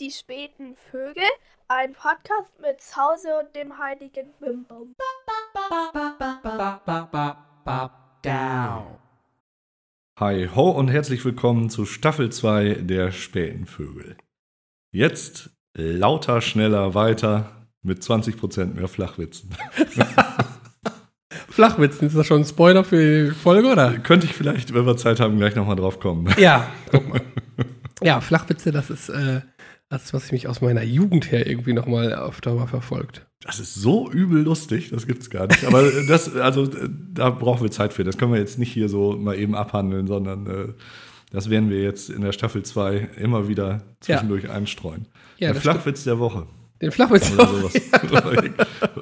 Die späten Vögel, ein Podcast mit Sause und dem heiligen Bimbum. down. Hi ho und herzlich willkommen zu Staffel 2 der späten Vögel. Jetzt lauter, schneller, weiter mit 20% mehr Flachwitzen. Flachwitzen, ist das schon ein Spoiler für die Folge, oder? Könnte ich vielleicht, wenn wir Zeit haben, gleich nochmal drauf kommen. Ja, guck mal. Ja, Flachwitze, das ist äh, das, was mich aus meiner Jugend her irgendwie nochmal auf Dauer verfolgt. Das ist so übel lustig, das gibt's gar nicht. Aber das, also äh, da brauchen wir Zeit für. Das können wir jetzt nicht hier so mal eben abhandeln, sondern äh, das werden wir jetzt in der Staffel 2 immer wieder zwischendurch einstreuen. Ja, der das Flachwitz der Woche. Den Flachwitz. Oder sowas.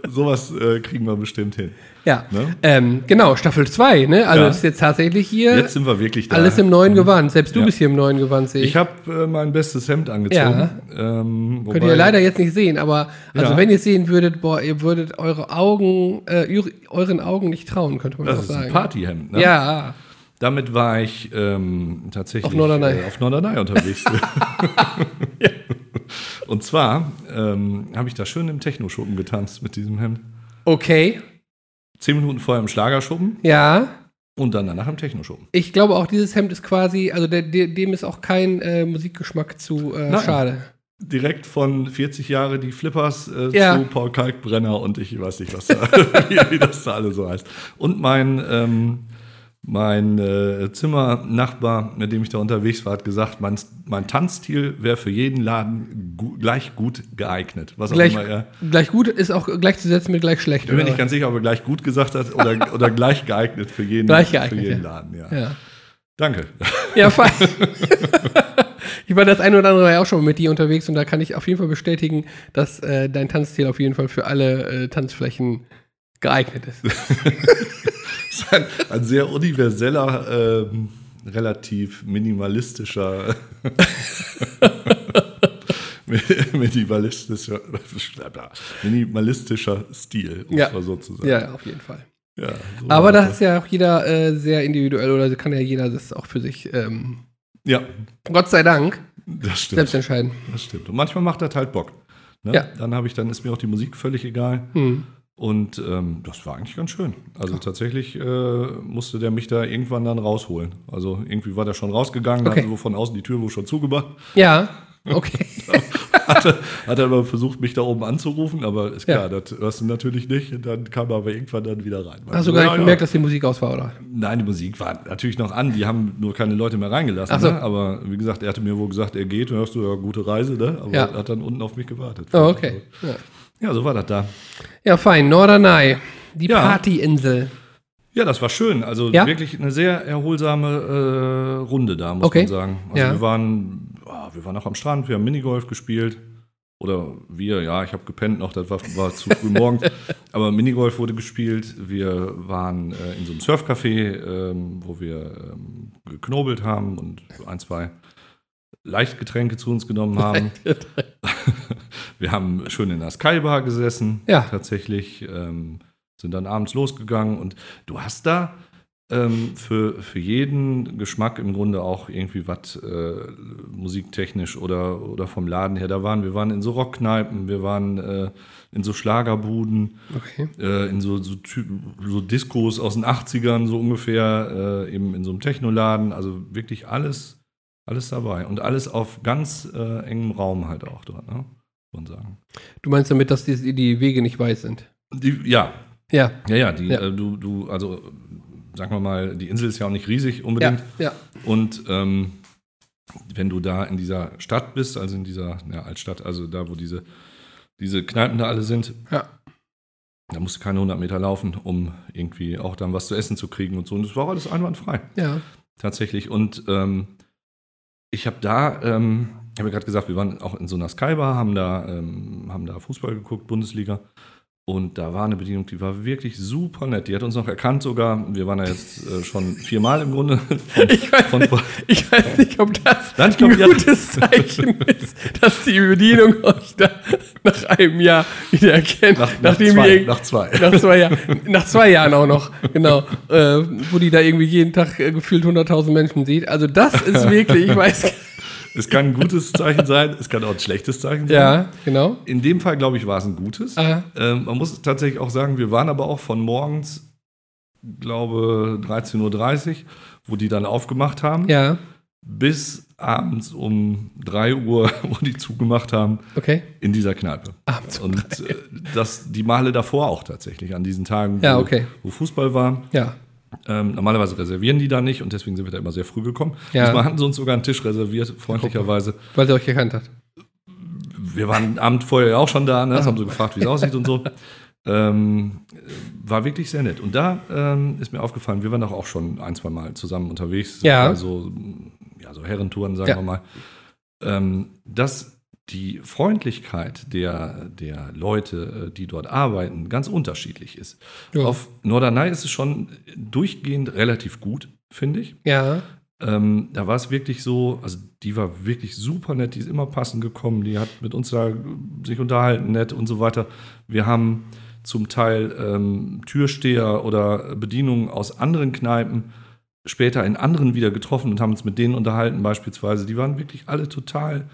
sowas äh, kriegen wir bestimmt hin. Ja. Ne? Ähm, genau, Staffel 2, ne? Also Ja. das ist jetzt tatsächlich hier Jetzt sind wir wirklich da. Äh, alles im neuen Gewand. Selbst du Ja. bist hier im neuen Gewand, sehe ich. Ich habe äh, mein bestes Hemd angezogen. Ähm, Könnt wobei- ihr leider jetzt nicht sehen, aber also Ja. wenn ihr es sehen würdet, boah, ihr würdet eure Augen, äh, ihr- euren Augen nicht trauen, könnte man Das auch ist ein sagen. Partyhemd. Ne? Ja. Damit war ich ähm, tatsächlich Auf Norderney. Äh, auf Norderney unterwegs. Und zwar ähm, habe ich da schön im Technoschuppen getanzt mit diesem Hemd. Okay. Zehn Minuten vorher im Schlagerschuppen Ja. und dann danach im Technoschuppen. Ich glaube auch, dieses Hemd ist quasi, also der, der, dem ist auch kein äh, Musikgeschmack zu äh, Nein. schade. Direkt von 40 Jahre die Flippers äh, Ja. zu Paul Kalkbrenner und ich weiß nicht, was da, wie, wie das da alle so heißt. Und mein, ähm, mein äh, Zimmernachbar, mit dem ich da unterwegs war, hat gesagt, mein, mein Tanzstil wäre für jeden Laden gu gleich gut geeignet. Was Gleich, auch immer er. gleich gut ist auch gleichzusetzen mit gleich schlecht. Ich bin mir oder? nicht ganz sicher, ob er gleich gut gesagt hat oder, oder gleich geeignet für jeden, Gleich geeignet, für jeden ja. Laden. Ja. ja. Danke. ja, fein. ich war das eine oder andere Mal ja auch schon mit dir unterwegs und da kann ich auf jeden Fall bestätigen, dass äh, dein Tanzstil auf jeden Fall für alle äh, Tanzflächen geeignet ist. Das ist ein, ein sehr universeller, ähm, relativ minimalistischer. minimalistischer, minimalistischer Stil, um Ja. es mal so zu sagen. ja, auf jeden Fall. Ja, so Aber war das ist ja auch jeder äh, sehr individuell oder kann ja jeder das auch für sich, ähm, Ja, Gott sei Dank, das selbst stimmt. entscheiden. Das stimmt. Und manchmal macht das halt Bock. Ne? Ja. Dann habe ich, dann ist mir auch die Musik völlig egal. Hm. Und ähm, das war eigentlich ganz schön. Also tatsächlich äh, musste der mich da irgendwann dann rausholen. Also irgendwie war der schon rausgegangen, Okay. hatte so von außen die Tür wohl schon zugemacht. Ja, okay. hatte, hat er aber versucht, mich da oben anzurufen, aber ist klar, Ja. das hörst du natürlich nicht. Und dann kam er aber irgendwann dann wieder rein. Hast du gar nicht gemerkt, dass die Musik aus war, oder? Nein, die Musik war natürlich noch an, die haben nur keine Leute mehr reingelassen. Ach so. Ne? Aber wie gesagt, er hatte mir wohl gesagt, er geht und hörst du, ja, gute Reise, ne? Aber Ja. er hat dann unten auf mich gewartet. Oh, okay. Ja, Ja, so war das da. ja fein. Norderney. Die Ja. Partyinsel. Ja, das war schön. Also Ja? wirklich eine sehr erholsame äh, Runde da, muss Okay. man sagen. Also Ja. wir waren, ah, wir waren auch am Strand, wir haben Minigolf gespielt. Oder wir, ja, ich habe gepennt noch, das war, war zu früh morgens. Aber Minigolf wurde gespielt. Wir waren äh, in so einem Surfcafé, ähm, wo wir ähm, geknobelt haben und ein, zwei Leichtgetränke zu uns genommen haben. Wir haben schön in der Skybar gesessen, Ja. tatsächlich, ähm, sind dann abends losgegangen und du hast da ähm, für, für jeden Geschmack im Grunde auch irgendwie was äh, musiktechnisch oder, oder vom Laden her da waren. Wir waren in so Rockkneipen, wir waren äh, in so Schlagerbuden, Okay. äh, in so, so, Ty- so Diskos aus den 80ern so ungefähr, äh, eben in so einem Technoladen, also wirklich alles. Alles dabei und alles auf ganz äh, engem Raum halt auch dort, ne? muss man sagen. Du meinst damit, dass die, die Wege nicht weiß sind? Die, ja, Ja. ja, ja, die, Ja. Äh, du, du, also äh, sagen wir mal, die Insel ist ja auch nicht riesig unbedingt. Ja, ja. Und ähm, wenn du da in dieser Stadt bist, also in dieser ja, Altstadt, also da, wo diese, diese Kneipen da alle sind, Ja. da musst du keine 100 Meter laufen, um irgendwie auch dann was zu essen zu kriegen und so. Und das war alles einwandfrei Ja. tatsächlich. Und ähm, ich habe da, ähm, ich habe ja gerade gesagt, wir waren auch in so einer Skybar, haben da, ähm, haben da Fußball geguckt, Bundesliga. Und da war eine Bedienung, die war wirklich super nett. Die hat uns noch erkannt sogar. Wir waren da jetzt äh, schon viermal im Grunde. Ich weiß, Von- nicht, ich weiß nicht, ob das Nein, ich glaub, ein ja. gutes Zeichen ist, dass die Bedienung euch da nach einem Jahr wieder erkennt. ihr- nach zwei. nach zwei Jahren, nach zwei Jahren auch noch, genau, äh, wo die da irgendwie jeden Tag äh, gefühlt 100.000 Menschen sieht. Also das ist wirklich, ich weiß, Es kann ein gutes Zeichen sein, es kann auch ein schlechtes Zeichen sein. Ja, genau. In dem Fall, glaube ich, war es ein gutes. Ah, Ähm, man muss tatsächlich auch sagen, wir waren aber auch von morgens, glaube 13.30 Uhr, wo die dann aufgemacht haben, ja, bis abends um 3 Uhr, wo die zugemacht haben, okay. in dieser Kneipe. Abends um Und äh, das die Male davor auch tatsächlich, an diesen Tagen, Ja, wo, okay. wo Fußball war. Ja, Ähm, normalerweise reservieren die da nicht und deswegen sind wir da immer sehr früh gekommen. Ja. Diesmal hatten sie uns sogar einen Tisch reserviert, freundlicherweise. weil sie euch erkannt hat. Wir waren einen Abend vorher ja auch schon da, ne? haben so gefragt, wie es aussieht und so. Ähm, äh, war wirklich sehr nett. Und da ähm, ist mir aufgefallen, wir waren doch auch schon ein, zwei Mal zusammen unterwegs. Ja. Also, ja, so Herrentouren, sagen Ja. wir mal. Ähm, dass die Freundlichkeit der, der Leute, äh, die dort arbeiten, ganz unterschiedlich ist. Ja. Auf Norderney ist es schon durchgehend relativ gut, finde ich. Ja, Ähm, da war es wirklich so, also die war wirklich super nett, die ist immer passend gekommen, die hat mit uns da äh, sich unterhalten, nett und so weiter. Wir haben zum Teil ähm, Türsteher oder Bedienungen aus anderen Kneipen später in anderen wieder getroffen und haben uns mit denen unterhalten beispielsweise. Die waren wirklich alle total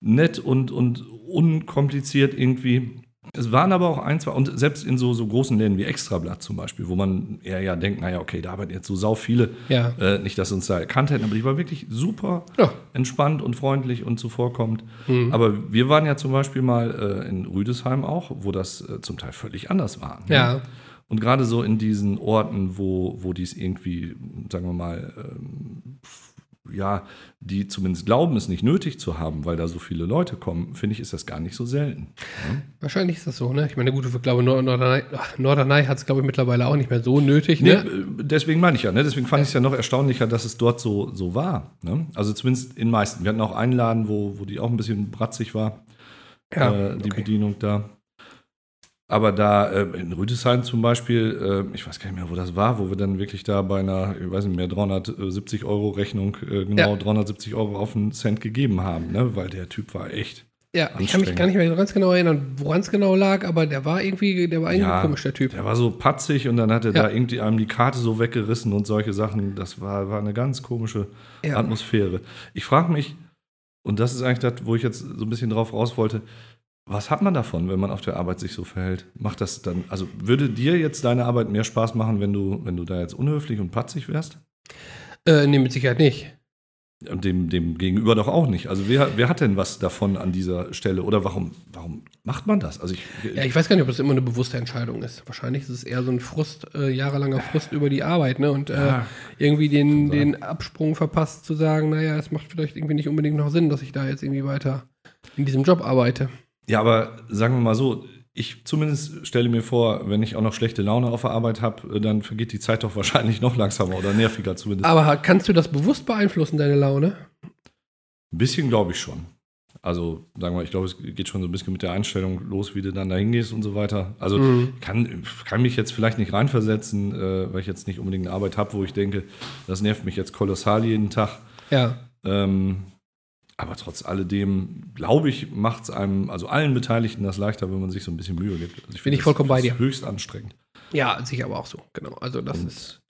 nett und, und unkompliziert irgendwie. Es waren aber auch ein, zwei, und selbst in so, so großen Läden wie Extrablatt zum Beispiel, wo man eher ja denkt, naja, okay, da arbeiten jetzt so sau viele. ja. Äh, nicht, dass sie uns da erkannt hätten, aber die war wirklich super Ja. entspannt und freundlich und zuvorkommend. Mhm. Aber wir waren ja zum Beispiel mal äh, in Rüdesheim auch, wo das äh, zum Teil völlig anders war. ne? Ja. Und gerade so in diesen Orten, wo, wo die es irgendwie, sagen wir mal, ähm, ja, die zumindest glauben, es nicht nötig zu haben, weil da so viele Leute kommen, finde ich, ist das gar nicht so selten. Wahrscheinlich ist das so, ne? Ich meine, gut, ich glaube, Nor- Norderney, ach, Norderney hat es, glaube ich, mittlerweile auch nicht mehr so nötig, Nee, ne? äh, deswegen meine ich ja, ne? deswegen fand ich es ja noch erstaunlicher, dass es dort so, so war. Ne? Also zumindest in meisten. Wir hatten auch einen Laden, wo, wo die auch ein bisschen bratzig war, Ja, äh, die okay. Bedienung da. Aber da äh, in Rüdesheim zum Beispiel, äh, ich weiß gar nicht mehr, wo das war, wo wir dann wirklich da bei einer, ich weiß nicht mehr, 370 Euro Rechnung, äh, genau Ja. 370 Euro auf einen Cent gegeben haben, ne? weil der Typ war echt. ja ich kann mich anstrengend. gar nicht mehr so ganz genau erinnern, woran es genau lag, aber der war irgendwie, der war irgendwie Ja, komisch, der Typ. Der war so patzig und dann hat er Ja. da irgendwie einem die Karte so weggerissen und solche Sachen. Das war, war eine ganz komische Ja. Atmosphäre. Ich frage mich, und das ist eigentlich das, wo ich jetzt so ein bisschen drauf raus wollte, was hat man davon, wenn man auf der Arbeit sich so verhält? Macht das dann, also würde dir jetzt deine Arbeit mehr Spaß machen, wenn du, wenn du da jetzt unhöflich und patzig wärst? Äh, nee, mit Sicherheit nicht. Und dem, dem Gegenüber doch auch nicht. Also wer, wer hat denn was davon an dieser Stelle? Oder warum, warum macht man das? Also ich, Ja, ich weiß gar nicht, ob das immer eine bewusste Entscheidung ist. Wahrscheinlich ist es eher so ein Frust, äh, jahrelanger Frust über die Arbeit, ne? Und äh, Ja, irgendwie den, kann sein. den Absprung verpasst zu sagen, naja, es macht vielleicht irgendwie nicht unbedingt noch Sinn, dass ich da jetzt irgendwie weiter in diesem Job arbeite. Ja, aber sagen wir mal so, ich zumindest stelle mir vor, wenn ich auch noch schlechte Laune auf der Arbeit habe, dann vergeht die Zeit doch wahrscheinlich noch langsamer oder nerviger zumindest. Aber kannst du das bewusst beeinflussen, deine Laune? Ein bisschen glaube ich schon. Also sagen wir, mal, ich glaube, es geht schon so ein bisschen mit der Einstellung los, wie du dann da hingehst und so weiter. Also Mhm. kann, kann mich jetzt vielleicht nicht reinversetzen, äh, weil ich jetzt nicht unbedingt eine Arbeit habe, wo ich denke, das nervt mich jetzt kolossal jeden Tag. Ja. Ähm, aber trotz alledem, glaube ich, macht es einem, also allen Beteiligten das leichter, wenn man sich so ein bisschen Mühe gibt. Also Bin find ich vollkommen bei das dir. Höchst anstrengend. Ja, sicher aber auch so, genau. Also das Und ist.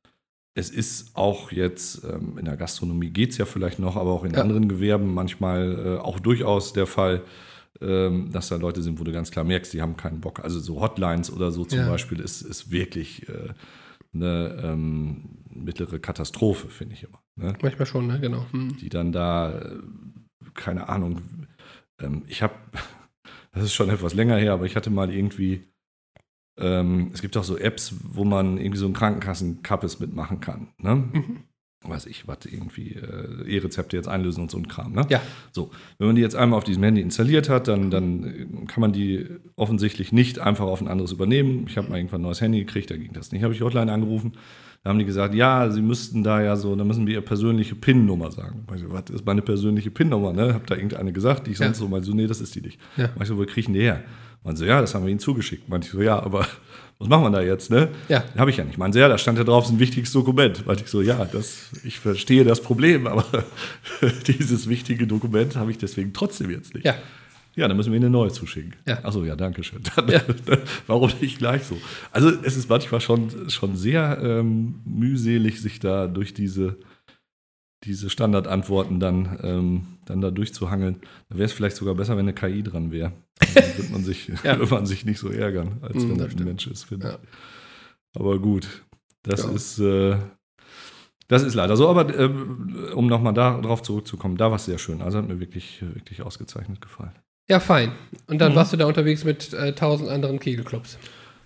es ist auch jetzt, ähm, in der Gastronomie geht es ja vielleicht noch, aber auch in Ja. anderen Gewerben manchmal äh, auch durchaus der Fall, ähm, dass da Leute sind, wo du ganz klar merkst, die haben keinen Bock. Also so Hotlines oder so zum Ja. Beispiel ist, ist wirklich äh, eine ähm, mittlere Katastrophe, finde ich immer. Ne? Manchmal schon, ne? Genau. Hm. die dann da, äh, keine Ahnung, ähm, ich habe, das ist schon etwas länger her, aber ich hatte mal irgendwie, ähm, es gibt auch so Apps, wo man irgendwie so einen Krankenkassen-Kappes mitmachen kann. Ne? Weiß ich, was irgendwie äh, E-Rezepte jetzt einlösen und so ein Kram. Ne? Ja. So, wenn man die jetzt einmal auf diesem Handy installiert hat, dann, dann äh, kann man die offensichtlich nicht einfach auf ein anderes übernehmen. Ich habe mal irgendwann ein neues Handy gekriegt, da ging das nicht. Habe ich Hotline angerufen, da haben die gesagt, ja, sie müssten da ja so, da müssen wir ihre persönliche PIN-Nummer sagen. Ich so, was ist meine persönliche PIN-Nummer? Ne? Hab da irgendeine gesagt, die ich Ja. sonst so mal so, nee, das ist die nicht. Ja. Mach ich so, wo kriechen die her? Man so, ja, das haben wir ihnen zugeschickt. Meinte ich so, ja, aber was machen wir da jetzt, ne? Ja. Habe ich ja nicht. Meinen sie, ja, da stand ja drauf, es ist ein wichtiges Dokument. Meinte ich so, ja, das, ich verstehe das Problem, aber dieses wichtige Dokument habe ich deswegen trotzdem jetzt nicht. Ja. Ja, dann müssen wir Ihnen eine neue zuschicken. Ja. Achso, ja, danke schön. Dann, Warum nicht gleich so? Also es ist manchmal schon, schon sehr ähm, mühselig, sich da durch diese diese Standardantworten dann, ähm, dann da durchzuhangeln. Da wäre es vielleicht sogar besser, wenn eine KI dran wäre. Dann würde man sich, Ja. würde man sich nicht so ärgern, als Mm, wenn das das ein stimmt. Mensch ist, finde Ja. ich. Aber gut, das Ja. ist. Äh, das ist leider so, aber ähm, um nochmal darauf zurückzukommen, da war es sehr schön. Also hat mir wirklich, wirklich ausgezeichnet gefallen. Ja, fein. Und dann Mhm. warst du da unterwegs mit äh, tausend anderen Kegelclubs.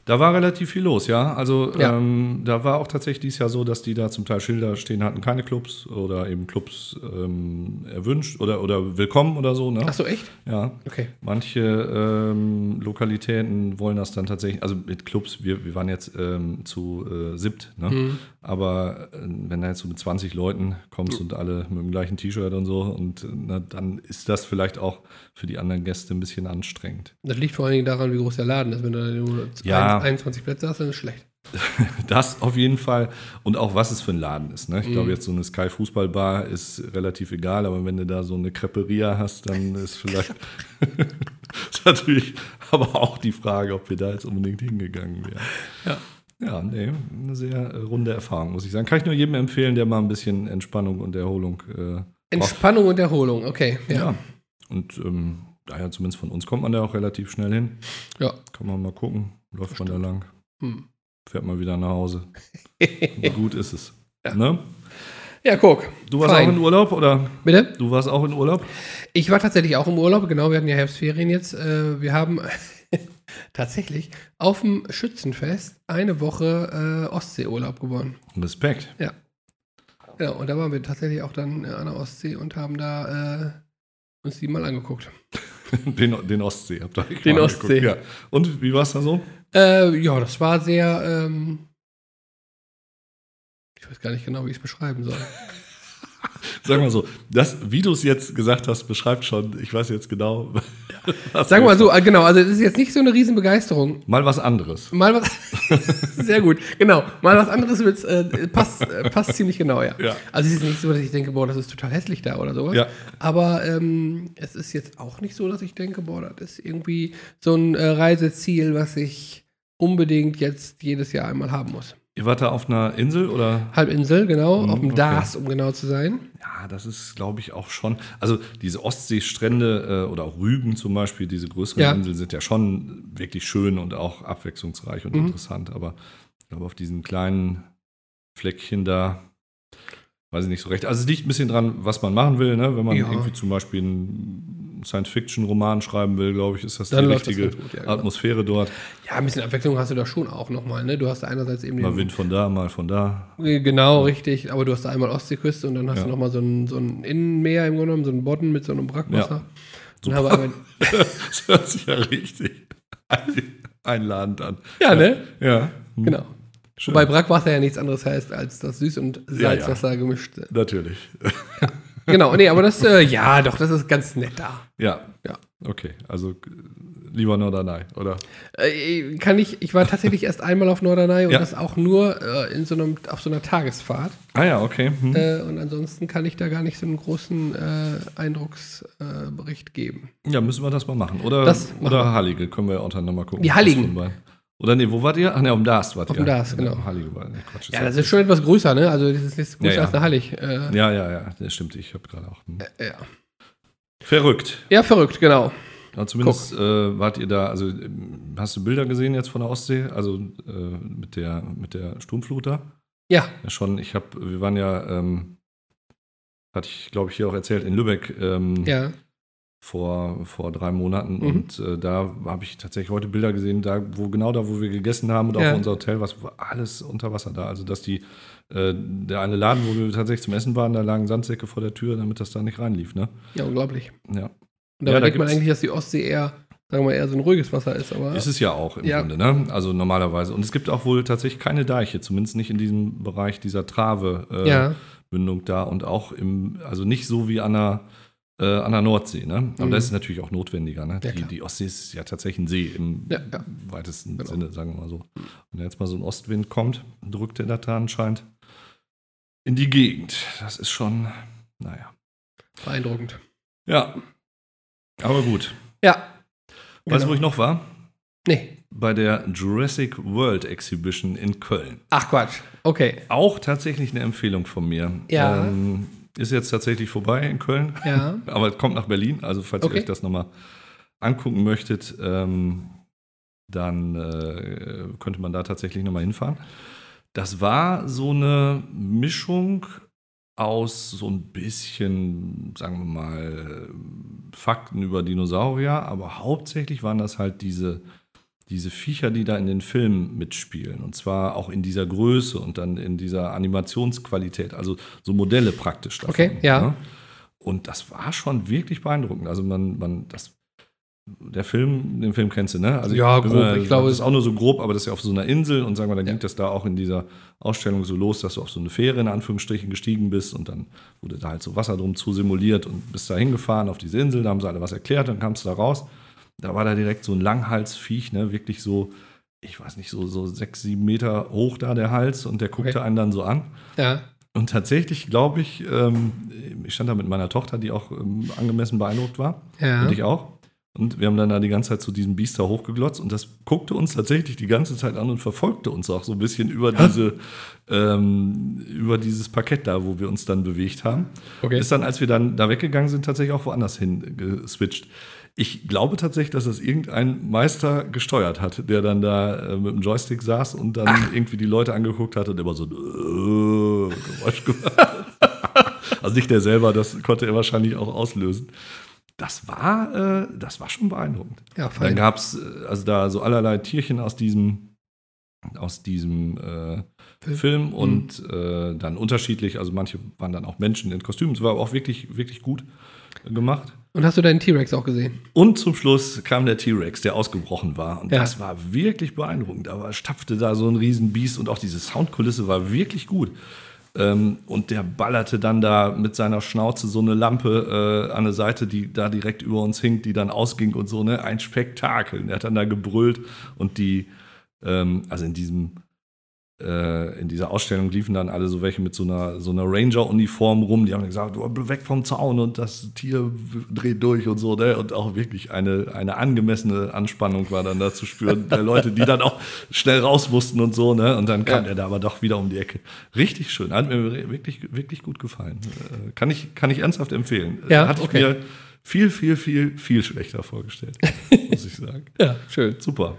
Da war relativ viel los, ja. Also Ja. Ähm, da war auch tatsächlich dieses Jahr so, dass die da zum Teil Schilder stehen hatten, keine Clubs oder eben Clubs ähm, erwünscht oder, oder willkommen oder so. Ne? Ach so, echt? Ja, Okay. manche ähm, Lokalitäten wollen das dann tatsächlich, also mit Clubs, wir, wir waren jetzt ähm, zu äh, siebt, ne? Mhm. aber äh, wenn da jetzt so mit 20 Leuten kommst Mhm. und alle mit dem gleichen T-Shirt und so, und äh, na, dann ist das vielleicht auch für die anderen Gäste ein bisschen anstrengend. Das liegt vor allen Dingen daran, wie groß der Laden ist. Wenn du da nur Ja. ein- 21 Plätze hast, dann ist schlecht. Das auf jeden Fall. Und auch was es für ein Laden ist. Ne? Ich glaube, jetzt so eine Sky-Fußballbar ist relativ egal, aber wenn du da so eine Creperia hast, dann ist vielleicht. ist natürlich aber auch die Frage, ob wir da jetzt unbedingt hingegangen wären. Ja. Ja, nee, eine sehr äh, runde Erfahrung, muss ich sagen. Kann ich nur jedem empfehlen, der mal ein bisschen Entspannung und Erholung. Äh, Entspannung und Erholung, okay. ja. Ja. Und ähm, daher zumindest von uns kommt man da auch relativ schnell hin. Ja. Kann man mal gucken. Läuft man da lang, Hm. fährt mal wieder nach Hause. Gut ist es. Ne? Ja, guck. Du warst Fein. auch in Urlaub oder? Bitte? Du warst auch in Urlaub? Ich war tatsächlich auch im Urlaub, genau, wir hatten ja Herbstferien jetzt. Äh, wir haben tatsächlich auf dem Schützenfest eine Woche äh, Ostseeurlaub gewonnen. Respekt. Genau, und da waren wir tatsächlich auch dann äh, an der Ostsee und haben da äh, uns die mal angeguckt. Den, den Ostsee habt ihr euch Den mal Ostsee. angeguckt, Ja. Und wie war es da so? Äh, ja, das war sehr, ähm, ich weiß gar nicht genau, wie ich es beschreiben soll. Sag mal so, das, wie du es jetzt gesagt hast, beschreibt schon, ich weiß jetzt genau. was Sagen wir mal jetzt- so, äh, genau, also es ist jetzt nicht so eine Riesenbegeisterung. Mal was anderes. Mal was, sehr gut, genau, mal was anderes wird's, äh, passt, äh, passt ziemlich genau, ja. Ja. Also es ist nicht so, dass ich denke, boah, das ist total hässlich da oder sowas. Ja. Aber ähm, es ist jetzt auch nicht so, dass ich denke, boah, das ist irgendwie so ein äh, Reiseziel, was ich unbedingt jetzt jedes Jahr einmal haben muss. Ihr wart da auf einer Insel oder? Halbinsel, genau, Mhm, auf dem okay. Dars, um genau zu sein. Ja, das ist, glaube ich, auch schon. Also diese Ostseestrände äh, oder auch Rügen zum Beispiel, diese größeren Ja. Inseln sind ja schon wirklich schön und auch abwechslungsreich und Mhm. interessant. Aber ich glaube, auf diesen kleinen Fleckchen da weiß ich nicht so recht. Also es liegt ein bisschen dran, was man machen will. Ne? Wenn man Ja. irgendwie zum Beispiel einen Science-Fiction-Roman schreiben will, glaube ich, ist das Dann die läuft das richtige ganz gut, ja, genau. Atmosphäre dort. Ja, ein bisschen Abwechslung hast du da schon auch nochmal, ne? Du hast da einerseits eben Mal Wind von da, mal von da. Äh, Genau, richtig. Aber du hast da einmal Ostseeküste und dann hast Ja. du nochmal so ein, so ein Innenmeer im Grunde genommen, so einen Bodden mit so einem Brackwasser. Dann haben wir einmal, das hört sich ja richtig einladend an. ja, ne? Ja. Hm. Genau. Schön. Wobei Brackwasser ja nichts anderes heißt, als das Süß- und Salzwasser gemischt sind. Natürlich. Genau, nee, aber das, äh, ja, doch, das ist ganz nett da. Ja. Ja. Okay, also äh, lieber Norderney, oder? Äh, kann ich, ich war tatsächlich erst einmal auf Norderney und Ja. das auch nur äh, in so einem, auf so einer Tagesfahrt. Ah ja, okay. Hm. Äh, und ansonsten kann ich da gar nicht so einen großen äh, Eindrucksbericht äh, Bericht geben. Ja, müssen wir das mal machen. Oder, Das machen oder Hallige, können wir auch dann nochmal gucken. Die Halligen. was von beiden. Oder nee, wo wart ihr? Ach ne, um Darst wart Auf ihr. dem Darß, Ja, genau. Hallige war, nee, Quatsch. Ja, das ist schon etwas größer, ne? Also das ist jetzt größer Ja, ja. als eine Hallig. Äh, ja, ja, ja, das stimmt. Ich habe gerade auch. Hm. ja. Verrückt. ja, verrückt, genau. Ja, zumindest äh, wart ihr da, also ähm, hast du Bilder gesehen jetzt von der Ostsee? Also äh, mit, der, mit der Sturmflut da? Ja, Ja, schon. Ich habe, wir waren ja, ähm, hatte ich glaube ich hier auch erzählt, in Lübeck ähm, ja. vor, vor drei Monaten Mhm. und äh, da habe ich tatsächlich heute Bilder gesehen, da wo genau da, wo wir gegessen haben und Ja. auch unser Hotel, was war alles unter Wasser da. Also dass die äh, der eine Laden, wo wir tatsächlich zum Essen waren, da lagen Sandsäcke vor der Tür, damit das da nicht reinlief. Ne? Ja, unglaublich. Ja, Und dabei Ja, da denkt man gibt's- eigentlich, dass die Ostsee eher, sagen wir mal, eher so ein ruhiges Wasser ist, aber ist es ja auch im Ja. Grunde. Ne? Also normalerweise und es gibt auch wohl tatsächlich keine Deiche, zumindest nicht in diesem Bereich dieser Trave. Äh, ja, Mündung da und auch im, also nicht so wie an der, äh, an der Nordsee, ne? Aber Mhm. das ist natürlich auch notwendiger, ne? Ja, die, klar. die Ostsee ist ja tatsächlich ein See im Ja, ja. weitesten Genau. Sinne, sagen wir mal so. Wenn jetzt mal so ein Ostwind kommt, drückt der da anscheinend in die Gegend. Das ist schon, naja. beeindruckend. Ja. Aber gut. Ja. Genau. Weißt du, wo ich noch war? Nee. Bei der Jurassic World Exhibition in Köln. Ach Quatsch. Okay. Auch tatsächlich eine Empfehlung von mir. Ja. Ähm, Ist jetzt tatsächlich vorbei in Köln, Ja. aber es kommt nach Berlin. Also, falls Okay. ihr euch das nochmal angucken möchtet, ähm, dann äh, könnte man da tatsächlich nochmal hinfahren. Das war so eine Mischung aus so ein bisschen, sagen wir mal, Fakten über Dinosaurier, aber hauptsächlich waren das halt diese, diese Viecher, die da in den Filmen mitspielen. Und zwar auch in dieser Größe und dann in dieser Animationsqualität, also so Modelle praktisch. Davon, Okay, ja. ne? Und das war schon wirklich beeindruckend. Also man, man, das, der Film, den Film kennst du, ne? Also Ja, bin grob. Ich glaube, das ist auch nur so grob, aber das ist ja auf so einer Insel und sagen wir, dann ging das da auch in dieser Ausstellung so los, dass du auf so eine Fähre in Anführungsstrichen gestiegen bist und dann wurde da halt so Wasser drum zu simuliert und bist da hingefahren auf diese Insel, da haben sie alle was erklärt, dann kamst du da raus. Da war da direkt so ein Langhalsviech, ne? Wirklich so, ich weiß nicht, so, so sechs, sieben Meter hoch da der Hals und der guckte Okay. einen dann so an. Ja. Und tatsächlich glaube ich, ähm, ich stand da mit meiner Tochter, die auch ähm, angemessen beeindruckt war. Ja. Und ich auch. Und wir haben dann da die ganze Zeit zu diesem Biest da hochgeglotzt und das guckte uns tatsächlich die ganze Zeit an und verfolgte uns auch so ein bisschen über diese, ähm, über dieses Parkett da, wo wir uns dann bewegt haben. Okay. Ist dann, als wir dann da weggegangen sind, tatsächlich auch woanders hin äh, geswitcht. Ich glaube tatsächlich, dass das irgendein Meister gesteuert hat, der dann da äh, mit dem Joystick saß und dann irgendwie die Leute angeguckt hat und immer so ein äh, Geräusch gemacht. hat. also nicht der selber, das konnte er wahrscheinlich auch auslösen. Das war, äh, das war schon beeindruckend. Ja, Dann fein. gab es also da so allerlei Tierchen aus diesem, aus diesem äh, Film. Film. und äh, dann unterschiedlich. Also manche waren dann auch Menschen in Kostümen. Es war aber auch wirklich, wirklich gut gemacht. Und hast du deinen T-Rex auch gesehen? Und zum Schluss kam der T-Rex, der ausgebrochen war. Und Ja. das war wirklich beeindruckend. Aber es stapfte da so ein Riesenbiest und auch diese Soundkulisse war wirklich gut. Ähm, und der ballerte dann da mit seiner Schnauze so eine Lampe äh, an der Seite, die da direkt über uns hing, die dann ausging und so, ne? Ein Spektakel. Und er hat dann da gebrüllt und die, ähm, also in diesem, äh, in dieser Ausstellung liefen dann alle so welche mit so einer, so einer Ranger-Uniform rum. Die haben gesagt, "Oh, weg vom Zaun und das Tier w- dreht durch und so. Ne? Und auch wirklich eine, eine angemessene Anspannung war dann da zu spüren. der Leute, die dann auch schnell raus mussten und so. Ne? Und dann kam Ja. der da aber doch wieder um die Ecke. Richtig schön. Hat mir re- wirklich, wirklich gut gefallen. Äh, kann, ich, kann ich ernsthaft empfehlen. Äh, Ja, Hatte ich okay. mir viel, viel, viel, viel schlechter vorgestellt. muss ich sagen. Ja, schön. Super.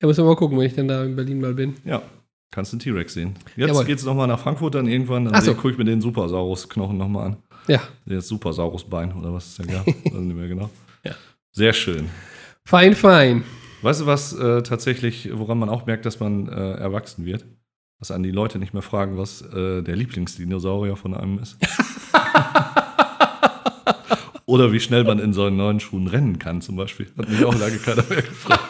Da müssen wir mal gucken, wenn ich dann da in Berlin mal bin. Ja, kannst den T-Rex sehen. Jetzt Jawohl. geht's nochmal nach Frankfurt dann irgendwann. Dann Ach so. gucke ich mir den Supersaurus-Knochen nochmal an. Ja, Das Supersaurus-Bein oder was es denn gab. Weiß nicht mehr genau. Ja. Sehr schön. fein, fein. Weißt du, was äh, tatsächlich, woran man auch merkt, dass man äh, erwachsen wird? Dass an die Leute nicht mehr fragen, was äh, der Lieblingsdinosaurier von einem ist. Oder wie schnell man in seinen neuen Schuhen rennen kann, zum Beispiel. Hat mich auch lange keiner mehr gefragt.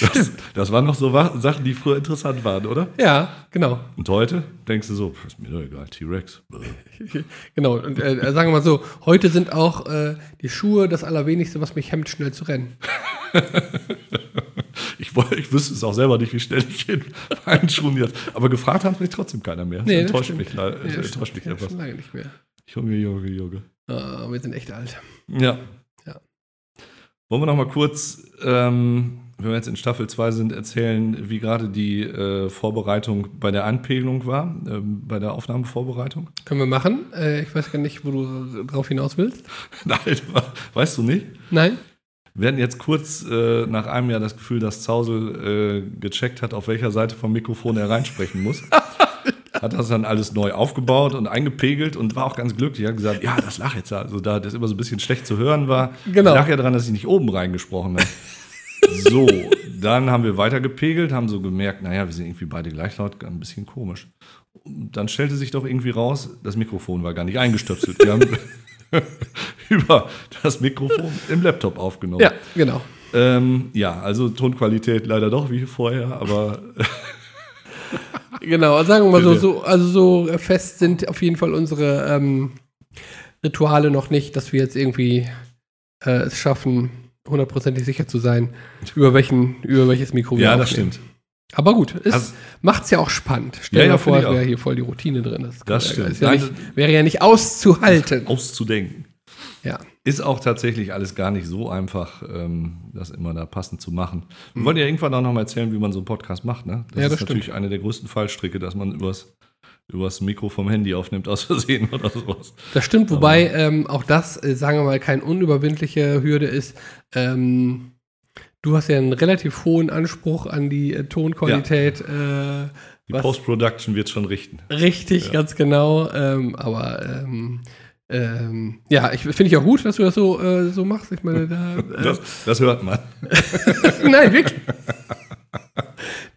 Das, das waren noch so Wa- Sachen, die früher interessant waren, oder? Ja, genau. Und heute denkst du so, pff, ist mir doch egal, T-Rex. Bäh. Genau. Und äh, sagen wir mal so, heute sind auch äh, die Schuhe das Allerwenigste, was mich hemmt, schnell zu rennen. Ich, woll- ich wüsste es auch selber nicht, wie schnell ich in meinen Schuhen jetzt. Aber gefragt hat mich trotzdem keiner mehr. Das Nee, das enttäuscht stimmt. mich, leider- das Ja, enttäuscht mich ja, etwas. Schon lange nicht mehr. Junge, Junge, Junge. Ah, wir sind echt alt. Ja. Ja. Wollen wir noch mal kurz, ähm, wenn wir jetzt in Staffel 2 sind, erzählen, wie gerade die äh, Vorbereitung bei der Anpegelung war, ähm, bei der Aufnahmevorbereitung? Können wir machen. Äh, ich weiß gar nicht, wo du drauf hinaus willst. Nein, weißt du nicht? Nein? Wir hatten jetzt kurz äh, nach einem Jahr das Gefühl, dass Zausel äh, gecheckt hat, auf welcher Seite vom Mikrofon er reinsprechen muss. hat das dann alles neu aufgebaut und eingepegelt und war auch ganz glücklich. Er hat gesagt, ja, das lag jetzt. Also da das immer so ein bisschen schlecht zu hören war, Genau. lag ja daran, dass ich nicht oben reingesprochen habe. so, dann haben wir weitergepegelt, haben so gemerkt, naja, wir sind irgendwie beide gleich laut, ein bisschen komisch. Und dann stellte sich doch irgendwie raus, das Mikrofon war gar nicht eingestöpselt. Wir haben über das Mikrofon im Laptop aufgenommen. Ja, genau. Ähm, ja, also Tonqualität leider doch wie vorher, aber äh, Genau, sagen wir mal so, Bitte. so, also so fest sind auf jeden Fall unsere ähm, Rituale noch nicht, dass wir jetzt irgendwie äh, es schaffen, hundertprozentig sicher zu sein, über, welchen, über welches Mikro wir Oh ja, das aufnehmen. stimmt. Aber gut, es Also- macht's ja auch spannend. Stell Ja, dir ja, vor, finde ich wäre auch. hier voll die Routine drin. Das, Das kann- stimmt. Ist ja Nein, nicht, wäre ja nicht auszuhalten. Auszudenken. Ja. Ist auch tatsächlich alles gar nicht so einfach, ähm, das immer da passend zu machen. Wir wollen Mhm. ja irgendwann auch noch mal erzählen, wie man so einen Podcast macht. Ne? Das Ja, ist das stimmt. natürlich eine der größten Fallstricke, dass man übers, übers Mikro vom Handy aufnimmt, aus Versehen oder sowas. Das Also stimmt, wobei ähm, auch das, äh, sagen wir mal, keine unüberwindliche Hürde ist. Ähm, du hast ja einen relativ hohen Anspruch an die äh, Tonqualität. Äh, Die was- Post-Production wird schon richten. Richtig, Ja. ganz genau. Ähm, aber ähm, ähm, ja, ich finde ich auch gut, dass du das so, äh, so machst. Ich meine, da. Äh, Das, das hört man. Nein, wirklich.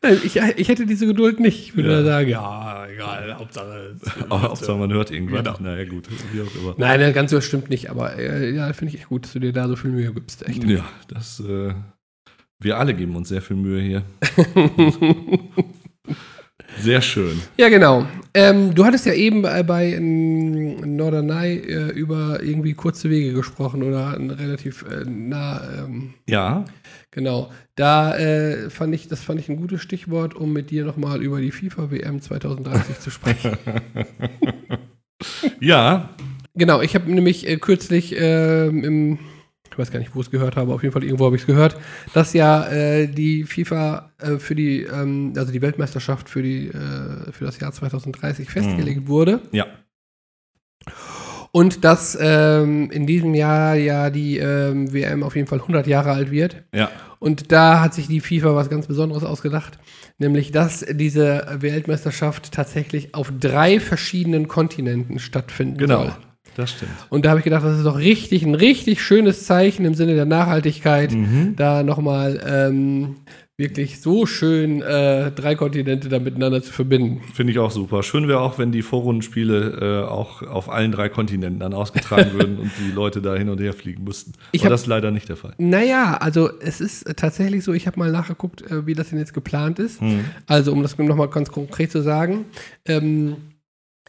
Nein, ich, ich hätte diese Geduld nicht. Ich würde Ja. da sagen, ja, egal, Hauptsache. es- Aber Hauptsache, man hört irgendwann. Genau. Naja, gut, wie auch immer. Nein, das Ganze stimmt nicht, aber äh, ja, finde ich echt gut, dass du dir da so viel Mühe gibst. Echt. Ja, das. Äh, wir alle geben uns sehr viel Mühe hier. sehr schön. Ja, genau. Ähm, du hattest ja eben bei, bei ähm, Norderney äh, über irgendwie kurze Wege gesprochen oder ein relativ äh, nah. Ähm, Ja, Genau. Da äh, fand ich, das fand ich ein gutes Stichwort, um mit dir nochmal über die FIFA WM 2030 zu sprechen. ja, Genau, ich habe nämlich äh, kürzlich ähm, im, ich weiß gar nicht, wo ich es gehört habe, auf jeden Fall irgendwo habe ich es gehört, dass ja äh, die FIFA äh, für die, ähm, also die Weltmeisterschaft für die, äh, für das Jahr 2030 festgelegt wurde. Mhm. ja. Und dass ähm, in diesem Jahr ja die ähm, WM auf jeden Fall 100 Jahre alt wird. Ja, Und da hat sich die FIFA was ganz Besonderes ausgedacht, nämlich dass diese Weltmeisterschaft tatsächlich auf drei verschiedenen Kontinenten stattfinden genau. soll. Das stimmt. Und da habe ich gedacht, das ist doch richtig, ein richtig schönes Zeichen im Sinne der Nachhaltigkeit, da nochmal ähm, wirklich so schön äh, drei Kontinente da miteinander zu verbinden. Finde ich auch super. Schön wäre auch, wenn die Vorrundenspiele äh, auch auf allen drei Kontinenten dann ausgetragen würden und die Leute da hin und her fliegen müssten. Ich Aber hab- das ist leider nicht der Fall. Naja, also es ist tatsächlich so, ich habe mal nachgeguckt, äh, wie das denn jetzt geplant ist. Also um das nochmal ganz konkret zu sagen, ähm,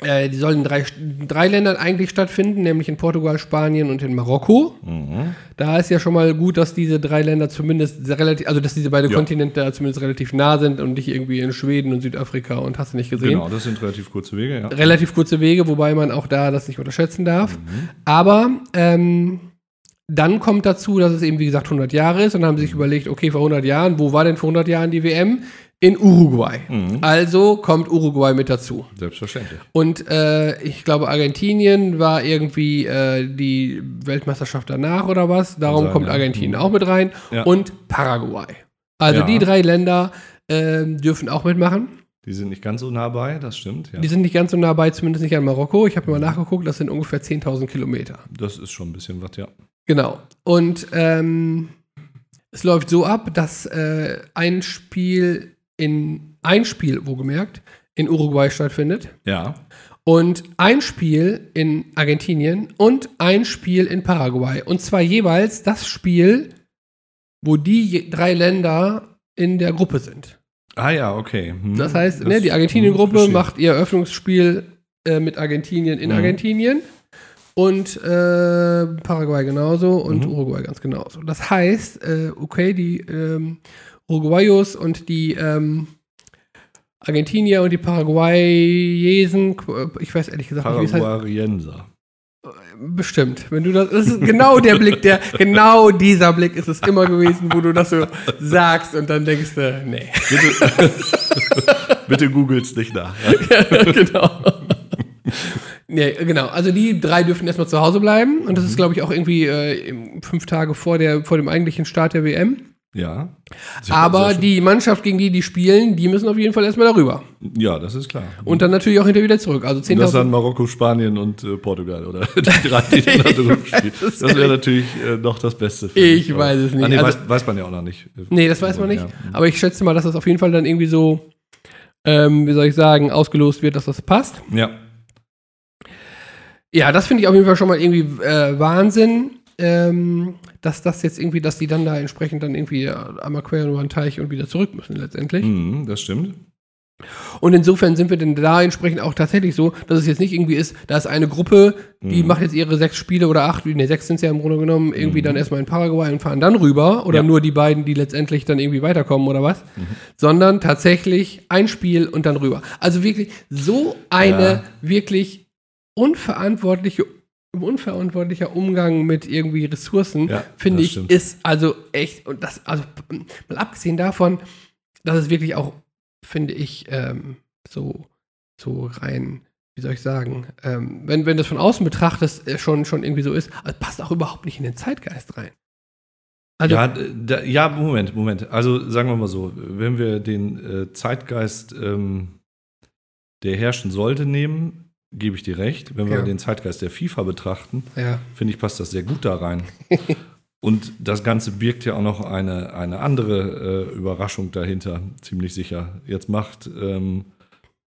äh, die sollen in drei, drei Ländern eigentlich stattfinden, nämlich in Portugal, Spanien und in Marokko. Mhm. Da ist ja schon mal gut, dass diese drei Länder zumindest relativ, also dass diese beiden Ja. Kontinente da zumindest relativ nah sind und nicht irgendwie in Schweden und Südafrika und hast du nicht gesehen Genau, das sind relativ kurze Wege, ja. relativ kurze Wege, wobei man auch da das nicht unterschätzen darf. Mhm. Aber ähm, dann kommt dazu, dass es eben, wie gesagt, 100 Jahre ist und dann haben Mhm. sie sich überlegt, okay, vor 100 Jahren, wo war denn vor 100 Jahren die WM? In Uruguay. Also kommt Uruguay mit dazu. Mhm. Selbstverständlich. Und äh, ich glaube, Argentinien war irgendwie äh, die Weltmeisterschaft danach oder was. Darum sein, kommt ja. Mhm. Argentinien auch mit rein. Ja. Und Paraguay. Also Ja. die drei Länder ähm, dürfen auch mitmachen. Die sind nicht ganz so nah bei, das stimmt. Ja. Die sind nicht ganz so nah bei, zumindest nicht an Marokko. Ich habe mal nachgeguckt, das sind ungefähr 10.000 Kilometer. Das ist schon ein bisschen was, ja. Genau. Und ähm, es läuft so ab, dass äh, ein Spiel in ein Spiel, wohlgemerkt, in Uruguay stattfindet Ja. und ein Spiel in Argentinien und ein Spiel in Paraguay. Und zwar jeweils das Spiel, wo die je- drei Länder in der Gruppe sind. Ah ja, okay. Hm. Das heißt, ne, Das- die Argentinien-Gruppe verstehe. macht ihr Eröffnungsspiel äh, mit Argentinien in Mhm. Argentinien und äh, Paraguay genauso und Mhm. Uruguay ganz genauso. Das heißt, äh, okay, die ähm, Uruguayos und die ähm, Argentinier und die Paraguayesen, ich weiß ehrlich gesagt nicht, wie es heißt. Paraguarienser. Bestimmt. Wenn du das, das ist genau der Blick, der, genau dieser Blick ist es immer gewesen, wo du das so sagst und dann denkst du, nee. Bitte googelt's nicht nach. genau. Nee, genau. Also die drei dürfen erstmal zu Hause bleiben. Und Mhm. das ist, glaube ich, auch irgendwie äh, im- fünf Tage vor, der, vor dem eigentlichen Start der WM. Ja. Sehr- Aber sehr die Mannschaft, gegen die die spielen, die müssen auf jeden Fall erstmal darüber. schön. Ja, das ist klar. Und dann natürlich auch hinterher wieder zurück. Also Und das dann 10.000. Marokko, Spanien und äh, Portugal, oder? Die drei, die da drüben spielen. Das wäre natürlich äh, noch das Beste. finde Ich aber- weiß es nicht. Ah, nee, Also- weiß, weiß man ja auch noch nicht. Nee, das weiß man nicht. Ja. Aber ich schätze mal, dass das auf jeden Fall dann irgendwie so, ähm, wie soll ich sagen, ausgelost wird, dass das passt. Ja. Ja, das finde ich auf jeden Fall schon mal irgendwie äh, Wahnsinn, ähm, dass das jetzt irgendwie, dass die dann da entsprechend dann irgendwie äh, einmal quer über den Teich und wieder zurück müssen letztendlich. Mhm, das stimmt. Und insofern sind wir denn da entsprechend auch tatsächlich so, dass es jetzt nicht irgendwie ist, da ist eine Gruppe, die Mhm. macht jetzt ihre sechs Spiele oder acht, ne, sechs sind es ja im Grunde genommen, irgendwie dann erstmal in Paraguay und fahren dann rüber oder Ja. Mhm. nur die beiden, die letztendlich dann irgendwie weiterkommen oder was, sondern tatsächlich ein Spiel und dann rüber. Also wirklich so eine Ja. wirklich unverantwortliche unverantwortlicher Umgang mit irgendwie Ressourcen, Ja, finde das ich, stimmt. ist also echt, und das, also mal abgesehen davon, dass es wirklich auch, finde ich, ähm, so so rein, wie soll ich sagen, ähm, wenn, wenn du das von außen betrachtest, äh, schon, schon irgendwie so ist, also passt auch überhaupt nicht in den Zeitgeist rein. Also, ja, äh, da, ja, Moment, Moment. Also sagen wir mal so, wenn wir den äh, Zeitgeist, ähm, der herrschen sollte, nehmen, gebe ich dir recht. Wenn wir Ja. den Zeitgeist der FIFA betrachten, ja. finde ich, passt das sehr gut da rein. Und das Ganze birgt ja auch noch eine, eine andere äh, Überraschung dahinter, ziemlich sicher. Jetzt macht, ähm,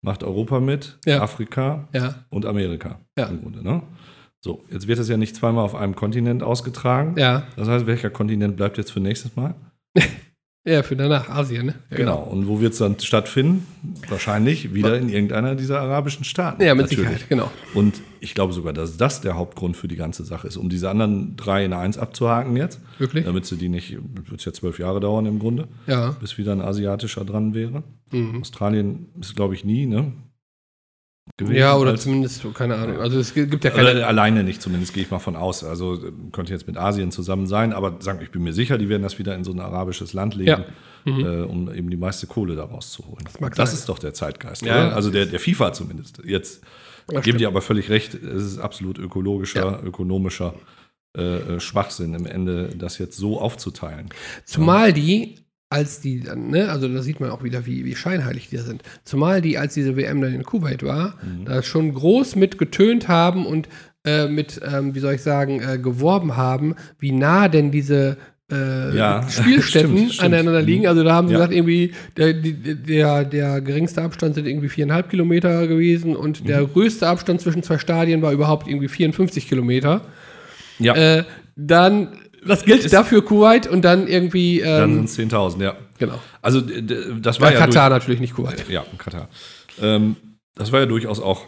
macht Europa mit, Ja. Afrika Ja, und Amerika Ja. im Grunde. Ne? So, jetzt wird es ja nicht zweimal auf einem Kontinent ausgetragen. ja, Das heißt, welcher Kontinent bleibt jetzt für nächstes Mal? ja, für danach Asien, ne? Ja, Genau. Und wo wird es dann stattfinden? Wahrscheinlich wieder in irgendeiner dieser arabischen Staaten. Ja, mit natürlich. Sicherheit, genau. Und ich glaube sogar, dass das der Hauptgrund für die ganze Sache ist, um diese anderen drei in eins abzuhaken jetzt. Wirklich? Damit sie die nicht, wird es ja zwölf Jahre dauern im Grunde, Ja. bis wieder ein asiatischer dran wäre. Mhm. Australien ist, glaube ich, nie, ne? gewesen Ja, oder als- zumindest, keine Ahnung. Also es gibt ja keine. oder alleine nicht, zumindest gehe ich mal von aus. Also äh, könnte jetzt mit Asien zusammen sein, aber sagen, wir, ich bin mir sicher, die werden das wieder in so ein arabisches Land legen, Ja. Mhm. äh, um eben die meiste Kohle daraus zu holen. Das, mag sein. ist doch der Zeitgeist, Ja, oder? das Also der, der FIFA zumindest. Jetzt Ja, geben die aber völlig recht, es ist absolut ökologischer, ökonomischer äh, äh, Schwachsinn im Ende, das jetzt so aufzuteilen. Zumal die, als die dann, ne, also da sieht man auch wieder, wie, wie scheinheilig die da sind. Zumal die, als diese WM dann in Kuwait war, Mhm. da schon groß mit getönt haben und äh, mit, ähm, wie soll ich sagen, äh, geworben haben, wie nah denn diese äh, Ja, Spielstätten stimmt, stimmt. aneinander liegen. Also da haben sie Ja. gesagt, irgendwie der, die- der, der geringste Abstand sind irgendwie viereinhalb Kilometer gewesen und der Mhm. größte Abstand zwischen zwei Stadien war überhaupt irgendwie 54 Kilometer. Ja, Äh, dann das gilt dafür Kuwait und dann irgendwie ähm, dann sind es 10.000, ja. Genau. Also d- d- das war ja, durch- Katar natürlich nicht Kuwait. Äh, Ja, in Katar. Ähm, das war ja durchaus auch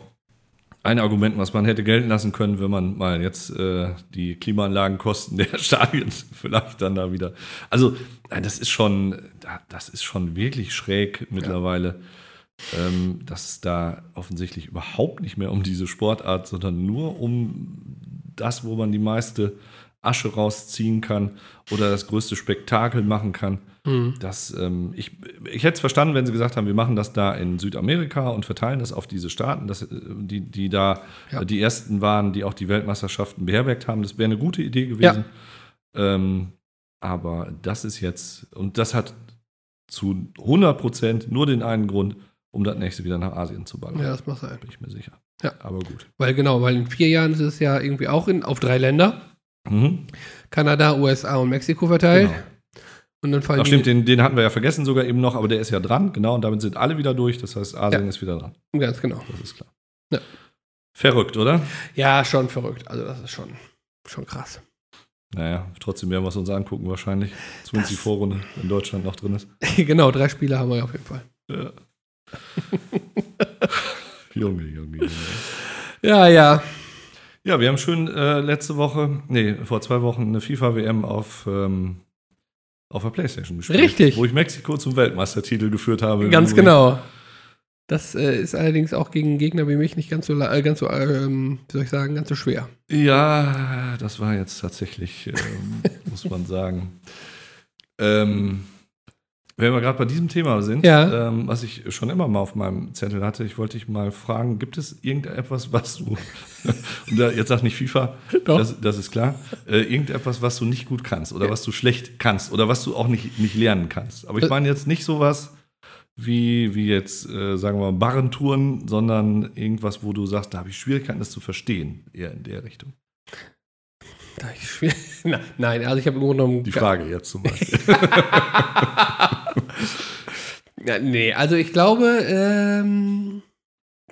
ein Argument, was man hätte gelten lassen können, wenn man mal jetzt äh, die Klimaanlagenkosten der Stadien vielleicht dann da wieder. Also, nein, das ist schon, da- das ist schon wirklich schräg mittlerweile, ähm, dass es da offensichtlich überhaupt nicht mehr um diese Sportart, sondern nur um das, wo man die meiste Asche rausziehen kann oder das größte Spektakel machen kann. Hm. Das, ähm, ich ich hätte es verstanden, wenn sie gesagt haben, wir machen das da in Südamerika und verteilen das auf diese Staaten, dass, äh, die, die da Ja. äh, die ersten waren, die auch die Weltmeisterschaften beherbergt haben. Das wäre eine gute Idee gewesen. Ähm, aber das ist jetzt, und das hat zu 100 Prozent nur den einen Grund, um das nächste wieder nach Asien zu ballern. Ja, das macht sein. Bin ich mir sicher. Ja. Aber gut. Weil genau, weil in vier Jahren ist es ja irgendwie auch in, auf drei Länder. Mhm. Kanada, USA und Mexiko verteilt. Genau. Und dann fallen Ach stimmt, die, den, den hatten wir ja vergessen sogar eben noch, aber der ist ja dran, genau, und damit sind alle wieder durch. Das heißt, Asien ist wieder dran. ganz genau. Das ist klar. Ja. Verrückt, oder? Ja, schon verrückt. Also das ist schon, schon krass. Naja, trotzdem werden wir es uns angucken wahrscheinlich. Zumindest die Das- Vorrunde in Deutschland noch drin ist. genau, drei Spiele haben wir ja auf jeden Fall. Ja. Junge, Junge, Junge. Ja, ja. Ja, wir haben schön äh, letzte Woche, nee, vor zwei Wochen eine FIFA-WM auf, ähm, auf der Playstation gespielt. Richtig. Wo ich Mexiko zum Weltmeistertitel geführt habe. Ganz Übrigens. genau. Das äh, ist allerdings auch gegen Gegner wie mich nicht ganz so, la- äh, ganz so ähm, wie soll ich sagen, ganz so schwer. Ja, das war jetzt tatsächlich, ähm, muss man sagen. Ähm, wenn wir gerade bei diesem Thema sind, Ja. ähm, was ich schon immer mal auf meinem Zettel hatte, ich wollte dich mal fragen, gibt es irgendetwas, was du, und da, jetzt sag nicht FIFA, Doch. das, das ist klar, äh, irgendetwas, was du nicht gut kannst oder was du schlecht kannst oder was du auch nicht, nicht lernen kannst. Aber ich Äh. meine jetzt nicht sowas wie, wie jetzt, äh, sagen wir mal, Barrentouren, sondern irgendwas, wo du sagst, da habe ich Schwierigkeiten, das zu verstehen, eher in der Richtung. Da ich schwer. Na, nein, also ich habe im Grunde genommen Die Frage jetzt zum Beispiel. Ja, nee, also ich glaube, ähm,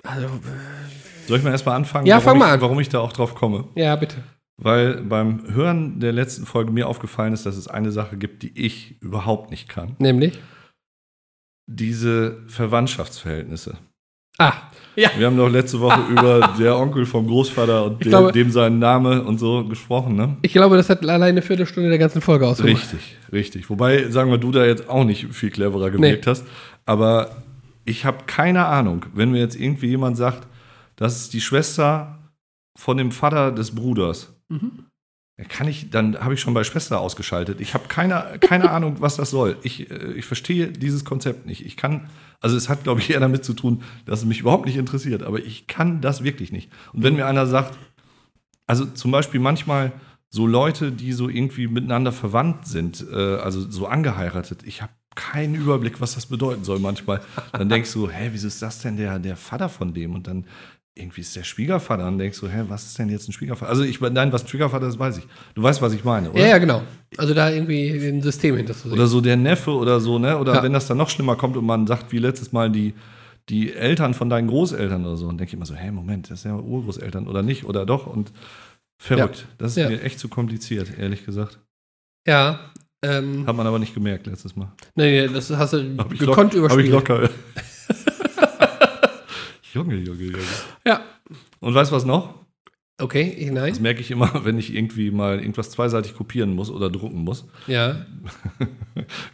also, äh, Soll ich mal erstmal anfangen? Ja, warum fang mal ich, an. Warum ich da auch drauf komme. ja, bitte. Weil beim Hören der letzten Folge mir aufgefallen ist, dass es eine Sache gibt, die ich überhaupt nicht kann. Nämlich? Diese Verwandtschaftsverhältnisse. Ah, ja. Wir haben doch letzte Woche über der Onkel vom Großvater und der, glaube- dem seinen Name und so gesprochen, ne? Ich glaube, das hat alleine eine Viertelstunde der ganzen Folge ausgemacht. Richtig, richtig. Wobei, sagen wir, du da jetzt auch nicht viel cleverer gewirkt hast. Aber ich habe keine Ahnung, wenn mir jetzt irgendwie jemand sagt, das ist die Schwester von dem Vater des Bruders. Ja, Kann ich, dann habe ich schon bei Schwester ausgeschaltet. Ich habe keine, keine Ahnung, was das soll. Ich, äh, ich verstehe dieses Konzept nicht. Ich kann, also es hat, glaube ich, eher damit zu tun, dass es mich überhaupt nicht interessiert, aber ich kann das wirklich nicht. Und wenn mir einer sagt, also zum Beispiel manchmal so Leute, die so irgendwie miteinander verwandt sind, äh, also so angeheiratet, ich habe keinen Überblick, was das bedeuten soll manchmal. Dann denkst du, hä, wieso ist das denn der, der Vater von dem? Und dann irgendwie ist der Schwiegervater. Und denkst du, hä, was ist denn jetzt ein Schwiegervater? Also ich, nein, was ein Schwiegervater ist, weiß ich. Du weißt, was ich meine, oder? Ja, ja, genau. Also da irgendwie ein System hinter zu sehen. Oder so der Neffe oder so, ne? Oder Ja. wenn das dann noch schlimmer kommt und man sagt, wie letztes Mal, die, die Eltern von deinen Großeltern oder so, dann denke ich immer so, hey, Moment, das sind ja Urgroßeltern oder nicht oder doch und verrückt. Das ist Ja. mir echt zu kompliziert, ehrlich gesagt. Ja. Ähm, Hat man aber nicht gemerkt letztes Mal. nee, nee, das hast du Hab ich gekonnt lock- überspielt. Hab ich locker. Junge, Junge, Junge. Ja. Und weißt du was noch? Okay, ich, Das nein. merke ich immer, wenn ich irgendwie mal irgendwas zweiseitig kopieren muss oder drucken muss. Ja.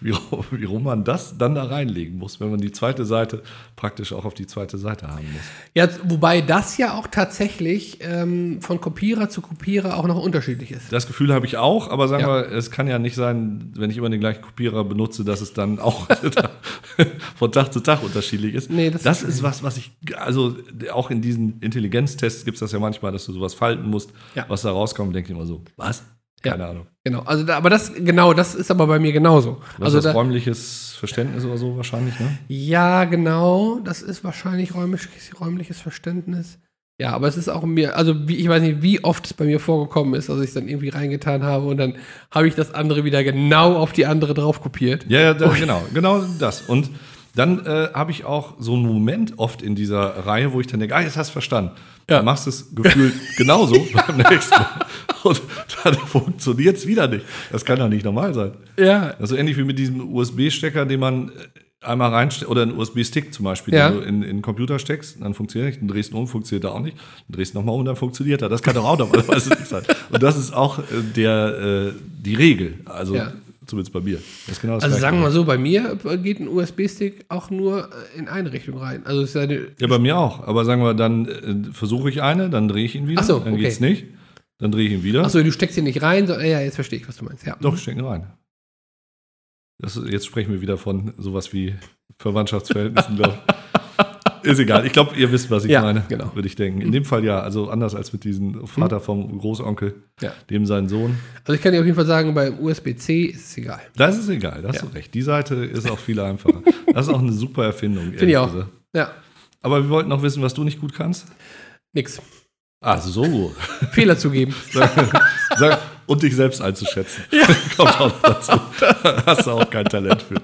wie, ru- wie rum man das dann da reinlegen muss, wenn man die zweite Seite praktisch auch auf die zweite Seite haben muss. ja. Wobei das ja auch tatsächlich ähm, von Kopierer zu Kopierer auch noch unterschiedlich ist. Das Gefühl habe ich auch, aber sagen Ja. wir, es kann ja nicht sein, wenn ich immer den gleichen Kopierer benutze, dass es dann auch von Tag zu Tag unterschiedlich ist. Nee, das das ist ist was, was ich, also auch in diesen Intelligenztests gibt es das ja manchmal, dass du sowas falten musst, Ja. was da rauskommt, denke ich immer so, was? Ja. Keine Ahnung. Genau. Also da, aber das, genau, das ist aber bei mir genauso. Du also hast das da, räumliches Verständnis oder so wahrscheinlich, ne? ja, genau. Das ist wahrscheinlich räumliches, räumliches Verständnis. Ja, aber es ist auch mir, also wie, ich weiß nicht, wie oft es bei mir vorgekommen ist, dass ich es dann irgendwie reingetan habe und dann habe ich das andere wieder genau auf die andere drauf kopiert. Ja, ja da, genau, genau das. Und dann äh, habe ich auch so einen Moment oft in dieser Reihe, wo ich dann denke, ah, jetzt hast du verstanden. Ja. Dann machst du es gefühlt genauso beim nächsten Mal. Und dann funktioniert es wieder nicht. Das kann doch nicht normal sein. Ja, Also ähnlich wie mit diesem USB-Stecker, den man äh, einmal reinsteckt, oder einen USB-Stick zum Beispiel, Ja. den du in, in den Computer steckst, dann funktioniert er nicht, dann drehst du ihn um, funktioniert er auch nicht, dann drehst du nochmal um, dann funktioniert er. Das kann doch auch normalerweise nicht sein. Und das ist auch äh, der, äh, die Regel, also Ja. zumindest bei mir. Das ist genau das also Gleiche. sagen wir mal so, bei mir äh, geht ein USB-Stick auch nur äh, in eine Richtung rein. Also es ist ja eine, Ja, bei mir auch. Aber sagen wir, dann äh, versuche ich eine, dann drehe ich ihn wieder, Ach so, dann okay. geht's nicht. Dann drehe ich ihn wieder. achso, du steckst ihn nicht rein, so, ja, jetzt verstehe ich, was du meinst. Ja. Doch, ich stecke ihn rein. Das, ist- jetzt sprechen wir wieder von sowas wie Verwandtschaftsverhältnissen, glaube ich. Ist egal. Ich glaube, ihr wisst, was ich Ja, meine, genau. Mhm. würde ich denken. In dem Fall ja, also anders als mit diesem Vater vom Großonkel, Ja. dem sein Sohn. Also ich kann dir auf jeden Fall sagen, beim USB-C ist es egal. Das ist egal, da hast du recht. Die Seite ist auch viel einfacher. Das ist auch eine super Erfindung. Finde ehrlich ich auch. gesagt. Ja, Aber wir wollten noch wissen, was du nicht gut kannst. nix. Ah, Ach so. Fehler zugeben. Sag, und dich selbst einzuschätzen. Kommt auch dazu. Hast du auch kein Talent für.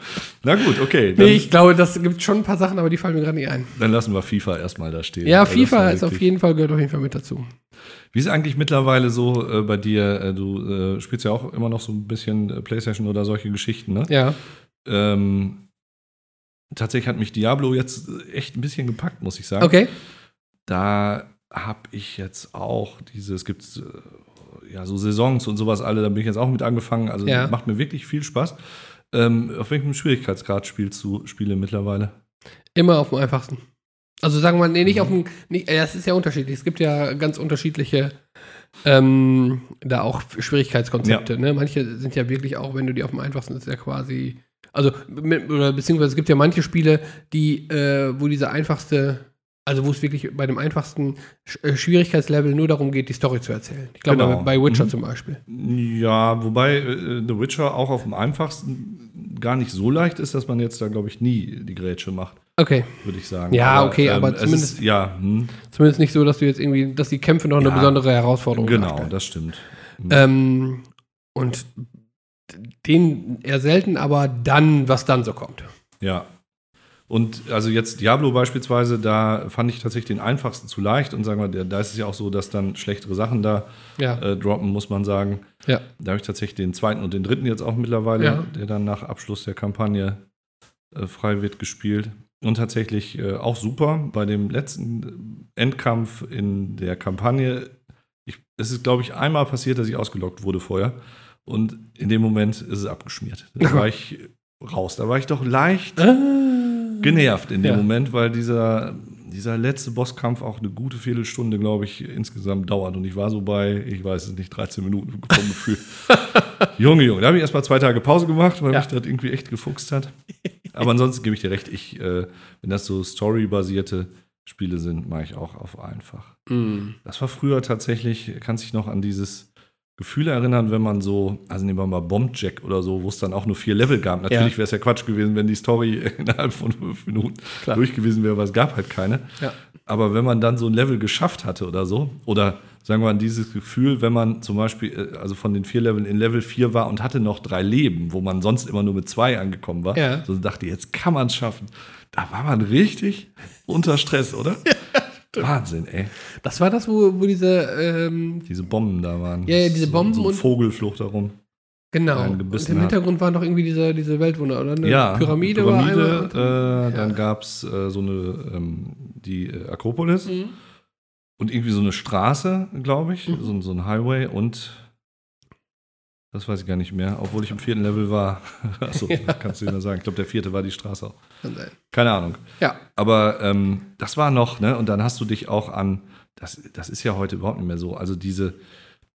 Na gut, okay. Dann, Nee, ich glaube, das gibt schon ein paar Sachen, aber die fallen mir gerade nicht ein. dann lassen wir FIFA erstmal da stehen. Ja, Weil das FIFA war ist auf wirklich- jeden Fall, gehört auf jeden Fall mit dazu. Wie ist eigentlich mittlerweile so äh, bei dir? Äh, du äh, spielst ja auch immer noch so ein bisschen äh, PlayStation oder solche Geschichten, ne? Ja. Ähm, tatsächlich hat mich Diablo jetzt äh, echt ein bisschen gepackt, muss ich sagen. Okay. da habe ich jetzt auch diese, es gibt äh, ja so Saisons und sowas alle, da bin ich jetzt auch mit angefangen. Also Ja. macht mir wirklich viel Spaß. Ähm, auf welchem Schwierigkeitsgrad spielst du Spiele mittlerweile? Immer auf dem einfachsten. Also sagen wir mal, nee, nicht auf dem. Nicht, äh, das ist ja unterschiedlich. Es gibt ja ganz unterschiedliche ähm, da auch Schwierigkeitskonzepte. Ne? Manche sind ja wirklich auch, wenn du die auf dem einfachsten ist, ja quasi. Also, mit, oder beziehungsweise es gibt ja manche Spiele, die, äh, wo dieser einfachste, also wo es wirklich bei dem einfachsten Sch äh, Schwierigkeitslevel nur darum geht, die Story zu erzählen. Ich glaube, Genau. bei Witcher Mhm. zum Beispiel. Ja, wobei äh, The Witcher auch auf dem einfachsten gar nicht so leicht ist, dass man jetzt da, glaube ich, nie die Grätsche macht, Okay. würde ich sagen. ähm, Ja, okay, aber es zumindest- Ist, ja, hm, Zumindest nicht so, dass du jetzt irgendwie, dass die Kämpfe noch Ja. eine besondere Herausforderung genau, darstellen. das stimmt. Ähm, und den eher selten, aber dann, was dann so kommt. Ja. Und also jetzt Diablo beispielsweise, da fand ich tatsächlich den einfachsten zu leicht. Und sagen wir, da- da ist es ja auch so, dass dann schlechtere Sachen da Ja. äh, droppen, muss man sagen. Ja. Da habe ich tatsächlich den zweiten und den dritten jetzt auch mittlerweile, Ja. der dann nach Abschluss der Kampagne äh, frei wird, gespielt. Und tatsächlich äh, auch super bei dem letzten Endkampf in der Kampagne. Ich, es ist, glaube ich, einmal passiert, dass ich ausgelockt wurde vorher. Und in dem Moment ist es abgeschmiert. Da war ich Äh. raus. Da war ich doch leicht genervt in dem Ja. Moment, weil dieser, dieser letzte Bosskampf auch eine gute Viertelstunde, glaube ich, insgesamt dauert. Und ich war so bei, ich weiß es nicht, 13 Minuten vom Gefühl. Junge, Junge, da habe ich erstmal zwei Tage Pause gemacht, weil Ja. mich das irgendwie echt gefuchst hat. Aber ansonsten gebe ich dir recht, ich, äh, wenn das so storybasierte Spiele sind, mache ich auch auf einfach. Mm. Das war früher tatsächlich, kannst dich noch an dieses Gefühl erinnern, wenn man so, also nehmen wir mal Bombjack oder so, wo es dann auch nur vier Level gab. Natürlich Ja. wäre es ja Quatsch gewesen, wenn die Story innerhalb von fünf Minuten Klar. durch gewesen wäre, weil es gab halt keine. Ja. Aber wenn man dann so ein Level geschafft hatte oder so, oder sagen wir mal dieses Gefühl, wenn man zum Beispiel, äh, also von den vier Leveln in Level 4 war und hatte noch drei Leben, wo man sonst immer nur mit zwei angekommen war, Ja. so dachte, jetzt kann man es schaffen. Da war man richtig unter Stress, oder? Wahnsinn, ey. Das war das, wo, wo diese, ähm, Diese Bomben da waren. Ja, ja, diese So- Bomben so und- und. Vogelflucht darum. genau. Einen Und gebissen im hat. Hintergrund war noch irgendwie diese, diese Weltwunder, oder? Eine ja, Pyramide, war Pyramide einmal. äh, Ja. Dann gab es äh, so eine, ähm, die äh, Akropolis Mhm. und irgendwie so eine Straße, glaube ich. Mhm. So, so ein Highway und. Das weiß ich gar nicht mehr, obwohl ich im vierten Level war. Achso, kannst du dir mal sagen. Ich glaube, der vierte war die Straße auch. Kann sein. Keine Ahnung. Ja. Aber ähm, das war noch, ne? Und dann hast du dich auch an, das, das ist ja heute überhaupt nicht mehr so. Also diese,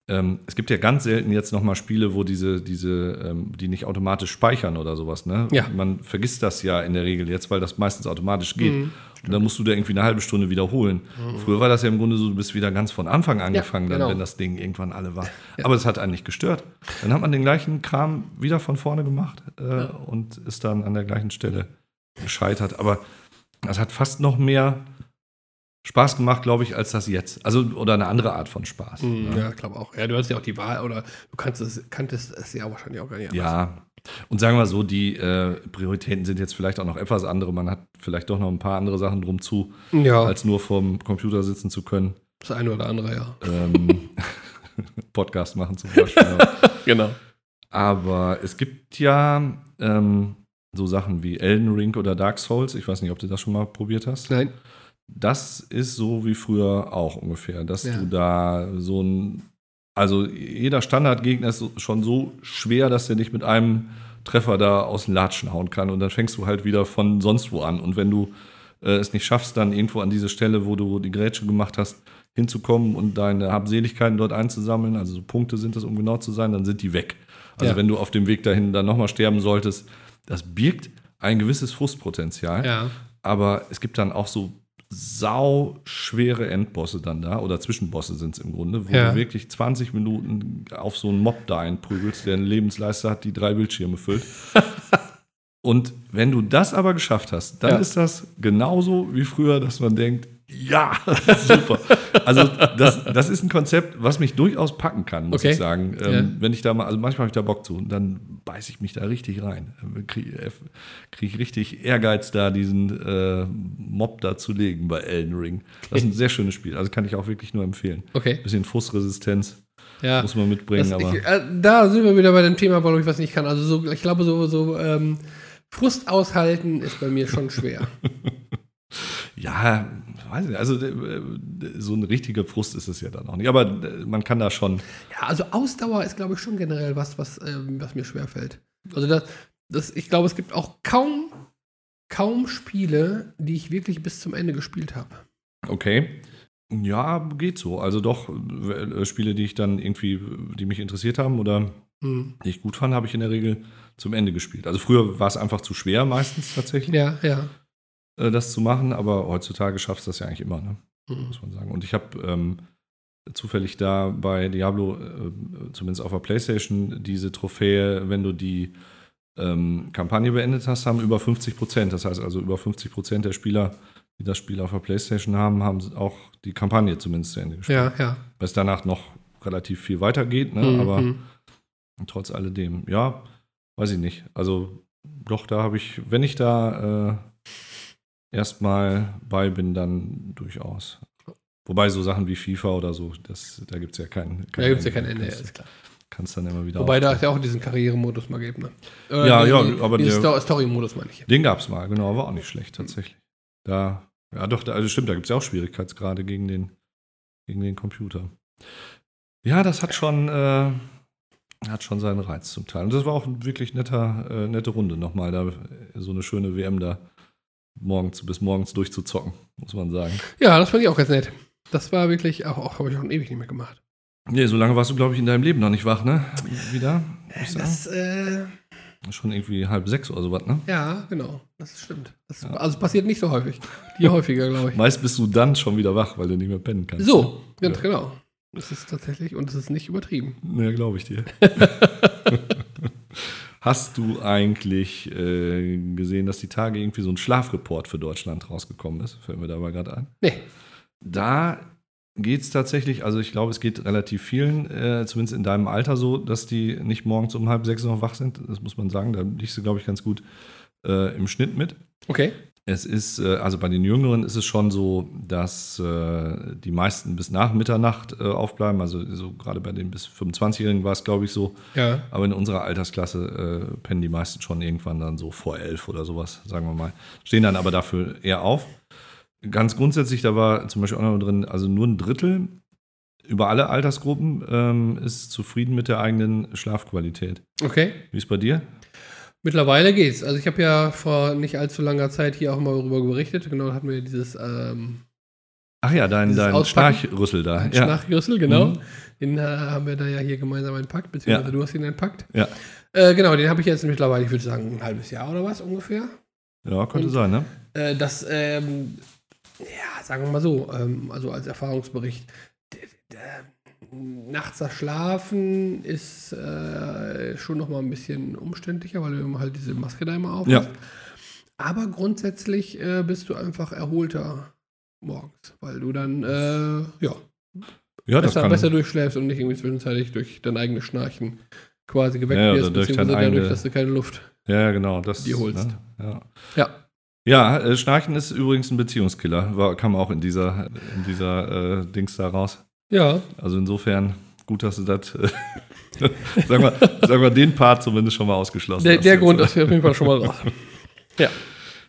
ähm, es gibt ja ganz selten jetzt nochmal Spiele, wo diese, diese, ähm, die nicht automatisch speichern oder sowas, ne? Ja. Man vergisst das ja in der Regel jetzt, weil das meistens automatisch geht. Mhm. Und dann musst du da irgendwie eine halbe Stunde wiederholen. Früher war das ja im Grunde so, du bist wieder ganz von Anfang angefangen, genau. dann, wenn das Ding irgendwann alle war. Aber es hat einen nicht gestört. Dann hat man den gleichen Kram wieder von vorne gemacht äh, und ist dann an der gleichen Stelle gescheitert. Aber das hat fast noch mehr Spaß gemacht, glaube ich, als das jetzt. Also, oder eine andere Art von Spaß. Mhm. ne? Ja, ich glaube auch. Ja, du hattest ja auch die Wahl, oder du kannst es, kanntest es ja wahrscheinlich auch gar nicht. anders. Ja. Und sagen wir so, die äh, Prioritäten sind jetzt vielleicht auch noch etwas andere. Man hat vielleicht doch noch ein paar andere Sachen drum zu, Ja, als nur vorm Computer sitzen zu können. das eine oder andere, ja. ähm, Podcast machen zum Beispiel. ne? Genau. Aber es gibt ja ähm, so Sachen wie Elden Ring oder Dark Souls. Ich weiß nicht, ob du das schon mal probiert hast. Nein. Das ist so wie früher auch ungefähr, dass Ja. du da so ein. Also jeder Standardgegner ist so- schon so schwer, dass der dich mit einem Treffer da aus den Latschen hauen kann. Und dann fängst du halt wieder von sonst wo an. Und wenn du äh, es nicht schaffst, dann irgendwo an diese Stelle, wo du die Grätsche gemacht hast, hinzukommen und deine Habseligkeiten dort einzusammeln, also so Punkte sind das, um genau zu sein, dann sind die weg. Also Ja. wenn du auf dem Weg dahin dann nochmal sterben solltest, das birgt ein gewisses Frustpotenzial. Ja. Aber es gibt dann auch so sau schwere Endbosse dann da, oder Zwischenbosse sind es im Grunde, wo Ja. du wirklich 20 Minuten auf so einen Mob da einprügelst, der eine Lebensleiste hat, die drei Bildschirme füllt. Und wenn du das aber geschafft hast, dann Ja. ist das genauso wie früher, dass man denkt, ja, super. Also das, das ist ein Konzept, was mich durchaus packen kann, muss Okay. ich sagen. Ähm, Ja. Wenn ich da mal, also manchmal habe ich da Bock zu und dann beiße ich mich da richtig rein. Ähm, Kriege F- krieg ich richtig Ehrgeiz da, diesen äh, Mob da zu legen bei Elden Ring. Das ist ein sehr schönes Spiel, also kann ich auch wirklich nur empfehlen. Okay. Bisschen Fußresistenz Ja. muss man mitbringen, Das- aber ich, äh, da sind wir wieder bei dem Thema, warum ich was nicht kann. Also so, ich glaube, so, so ähm, Frust aushalten ist bei mir schon schwer. ja, weiß nicht, also äh, so ein richtiger Frust ist es ja dann auch nicht. Aber äh, man kann da schon ja, also Ausdauer ist, glaube ich, schon generell was, was, ähm, was mir schwer fällt. Also das, das, ich glaube, es gibt auch kaum, kaum Spiele, die ich wirklich bis zum Ende gespielt habe. Okay. Ja, geht so. Also doch, äh, Spiele, die ich dann irgendwie, die mich interessiert haben oder Hm. die ich gut fand, habe ich in der Regel zum Ende gespielt. Also früher war es einfach zu schwer meistens tatsächlich, Ja, ja. äh, das zu machen, aber heutzutage schaffst du das ja eigentlich immer, ne? Hm. muss man sagen. Und ich habe ähm, zufällig da bei Diablo, äh, zumindest auf der Playstation, diese Trophäe, wenn du die ähm, Kampagne beendet hast, haben über 50 Prozent. Das heißt also, über 50 Prozent der Spieler, die das Spiel auf der Playstation haben, haben auch die Kampagne zumindest zu Ende gespielt. Ja, ja. Weil es danach noch relativ viel weitergeht, ne? Hm, aber hm. trotz alledem, ja, weiß ich nicht. Also doch, da habe ich, wenn ich da äh, erstmal bei bin, dann durchaus. Wobei so Sachen wie FIFA oder so, das, da gibt es ja kein, Da gibt es ja kein Du Ende, ja, kannst- ist klar. Kannst dann immer wieder. Wobei da aufsteigen. es ja auch diesen Karrieremodus mal gibt, ne? Ja, ja, die- aber diesen der- Sto- Story-Modus meine ich. Den gab es mal, genau, war auch nicht schlecht tatsächlich. Da, ja doch, da, also stimmt, da gibt es ja auch Schwierigkeitsgrade gegen den, gegen den Computer. Ja, das hat schon, äh, hat schon seinen Reiz zum Teil. Und das war auch ein wirklich netter, äh, nette Runde nochmal, da äh, so eine schöne WM da morgens bis morgens durchzuzocken, muss man sagen. Ja, das fand ich auch ganz nett. Das war wirklich, auch, auch habe ich auch ewig nicht mehr gemacht. Nee, so lange warst du, glaube ich, in deinem Leben noch nicht wach, ne? Wieder? muss ich Das, äh, sagen. Schon irgendwie halb sechs oder sowas, ne? ja, genau. Das stimmt. Das, Also passiert nicht so häufig. Je häufiger, glaube ich. Meist bist du dann schon wieder wach, weil du nicht mehr pennen kannst. So, ganz genau. Das ist tatsächlich, und es ist nicht übertrieben. Ja, glaube ich dir. Hast du eigentlich äh, gesehen, dass die Tage irgendwie so ein Schlafreport für Deutschland rausgekommen ist? Fällt mir dabei gerade ein. Nee. Da geht es tatsächlich, also ich glaube, es geht relativ vielen, äh, zumindest in deinem Alter so, dass die nicht morgens um halb sechs noch wach sind. Das muss man sagen. Da liegst du, glaube ich, ganz gut äh, im Schnitt mit. Okay. Es ist, äh, also bei den Jüngeren ist es schon so, dass äh, die meisten bis nach Mitternacht äh, aufbleiben. Also so gerade bei den bis 25-Jährigen war es, glaube ich, so. Ja. Aber in unserer Altersklasse äh, pennen die meisten schon irgendwann dann so vor elf oder sowas, sagen wir mal. Stehen dann aber dafür eher auf. Ganz grundsätzlich, da war zum Beispiel auch noch drin, also nur ein Drittel über alle Altersgruppen ähm, ist zufrieden mit der eigenen Schlafqualität. Okay. Wie ist bei dir? Mittlerweile geht's. Also ich habe ja vor nicht allzu langer Zeit hier auch mal darüber berichtet. Genau, da hatten wir dieses ähm, Ach ja, dein, Dieses dein Auspacken? Schnarchrüssel da. ja. Ja. genau. Mhm. Den äh, haben wir da ja hier gemeinsam entpackt, beziehungsweise Ja. du hast ihn entpackt. Ja. Äh, genau, den habe ich jetzt mittlerweile, ich würde sagen, ein halbes Jahr oder was ungefähr. ja, könnte Und- sein, ne? Äh, das, ähm, ja, sagen wir mal so, ähm, also als Erfahrungsbericht. D- d- äh, Nachts das Schlafen ist äh, schon noch mal ein bisschen umständlicher, weil du immer halt diese Maske da immer auf Ja. hast. Aber grundsätzlich äh, bist du einfach erholter morgens, weil du dann äh, ja, Ja, das besser, kann. besser durchschläfst und nicht irgendwie zwischenzeitlich durch dein eigenes Schnarchen quasi geweckt Ja, oder wirst, durch dein beziehungsweise dadurch, eigene- dass du keine Luft. Ja, genau. Das, Die holst. Ne? Ja, Ja, ja äh, Schnarchen ist übrigens ein Beziehungskiller. War, kam auch in dieser, in dieser äh, Dings da raus. ja, Also insofern gut, dass du das, äh, sagen, wir, sagen wir, den Part zumindest schon mal ausgeschlossen der, hast. der jetzt. Grund ist auf jeden Fall schon mal raus. Ja.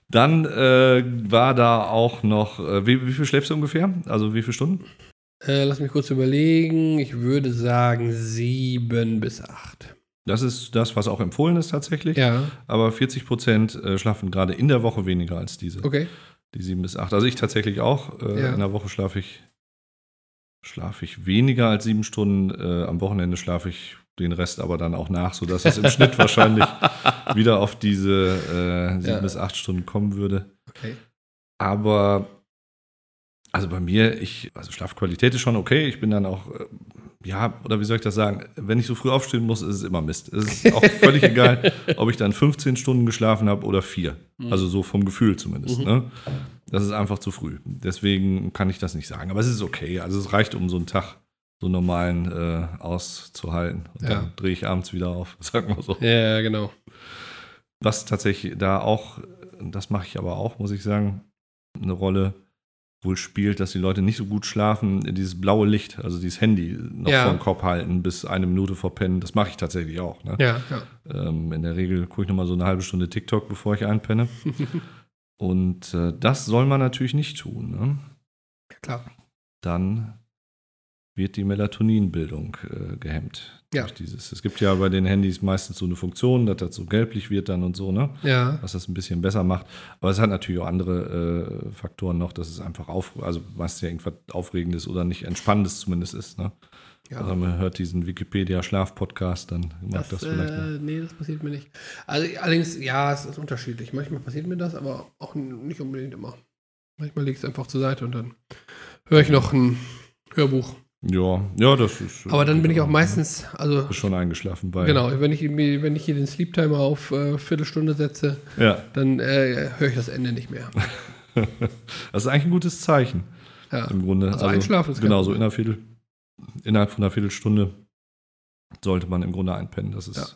Dann äh, war da auch noch, äh, wie, wie viel schläfst du ungefähr? Also wie viele Stunden? Äh, lass mich kurz überlegen. Ich würde sagen sieben bis acht. Das ist das, was auch empfohlen ist tatsächlich. Ja, Aber 40 Prozent äh, schlafen gerade in der Woche weniger als diese. okay. Die sieben bis acht. Also ich tatsächlich auch. Äh, Ja. In der Woche schlafe ich, schlafe ich weniger als sieben Stunden. Äh, am Wochenende schlafe ich den Rest aber dann auch nach, sodass es im Schnitt wahrscheinlich wieder auf diese äh, sieben Ja. bis acht Stunden kommen würde. okay. Aber also bei mir, ich, also Schlafqualität ist schon okay. Ich bin dann auch, äh, ja, oder wie soll ich das sagen? Wenn ich so früh aufstehen muss, ist es immer Mist. Es ist auch völlig egal, ob ich dann 15 Stunden geschlafen habe oder vier. Mhm. Also so vom Gefühl zumindest. Mhm. Ne? Das ist einfach zu früh. Deswegen kann ich das nicht sagen. Aber es ist okay. Also es reicht, um so einen Tag so einen normalen äh, auszuhalten. Und Ja. dann drehe ich abends wieder auf, sagen wir so. Ja, genau. Was tatsächlich da auch, das mache ich aber auch, muss ich sagen, eine Rolle wohl spielt, dass die Leute nicht so gut schlafen, dieses blaue Licht, also dieses Handy noch Ja. vor dem Kopf halten, bis eine Minute verpennen, das mache ich tatsächlich auch. Ne? Ja, ja. Ähm, in der Regel gucke ich nochmal so eine halbe Stunde TikTok, bevor ich einpenne. Und äh, das soll man natürlich nicht tun. Ne? Klar. Dann wird die Melatoninbildung äh, gehemmt. Ja. Durch dieses. Es gibt ja bei den Handys meistens so eine Funktion, dass das so gelblich wird dann und so, ne? Ja, was das ein bisschen besser macht. Aber es hat natürlich auch andere äh, Faktoren noch, dass es einfach auf, also meistens ja irgendwas Aufregendes oder nicht Entspannendes zumindest ist. Ne? Also ja. man hört diesen Wikipedia-Schlaf-Podcast, dann mag Das, das, vielleicht. Ne? äh, nee, das passiert mir nicht. Also, allerdings, ja, es ist unterschiedlich. Manchmal passiert mir das, aber auch n- nicht unbedingt immer. Manchmal liegt es einfach zur Seite und dann höre ich noch ein Hörbuch. Ja, ja, das ist. äh, Aber dann bin ich auch meistens, also Bist schon eingeschlafen bei. genau, wenn ich, mir- wenn ich hier den Sleep Timer auf äh, Viertelstunde setze, Ja, dann äh, höre ich das Ende nicht mehr. das ist eigentlich ein gutes Zeichen Ja. im Grunde. Also einschlafen ist kein Genau, so in einer Viertel, innerhalb von einer Viertelstunde sollte man im Grunde einpennen. Das ist, das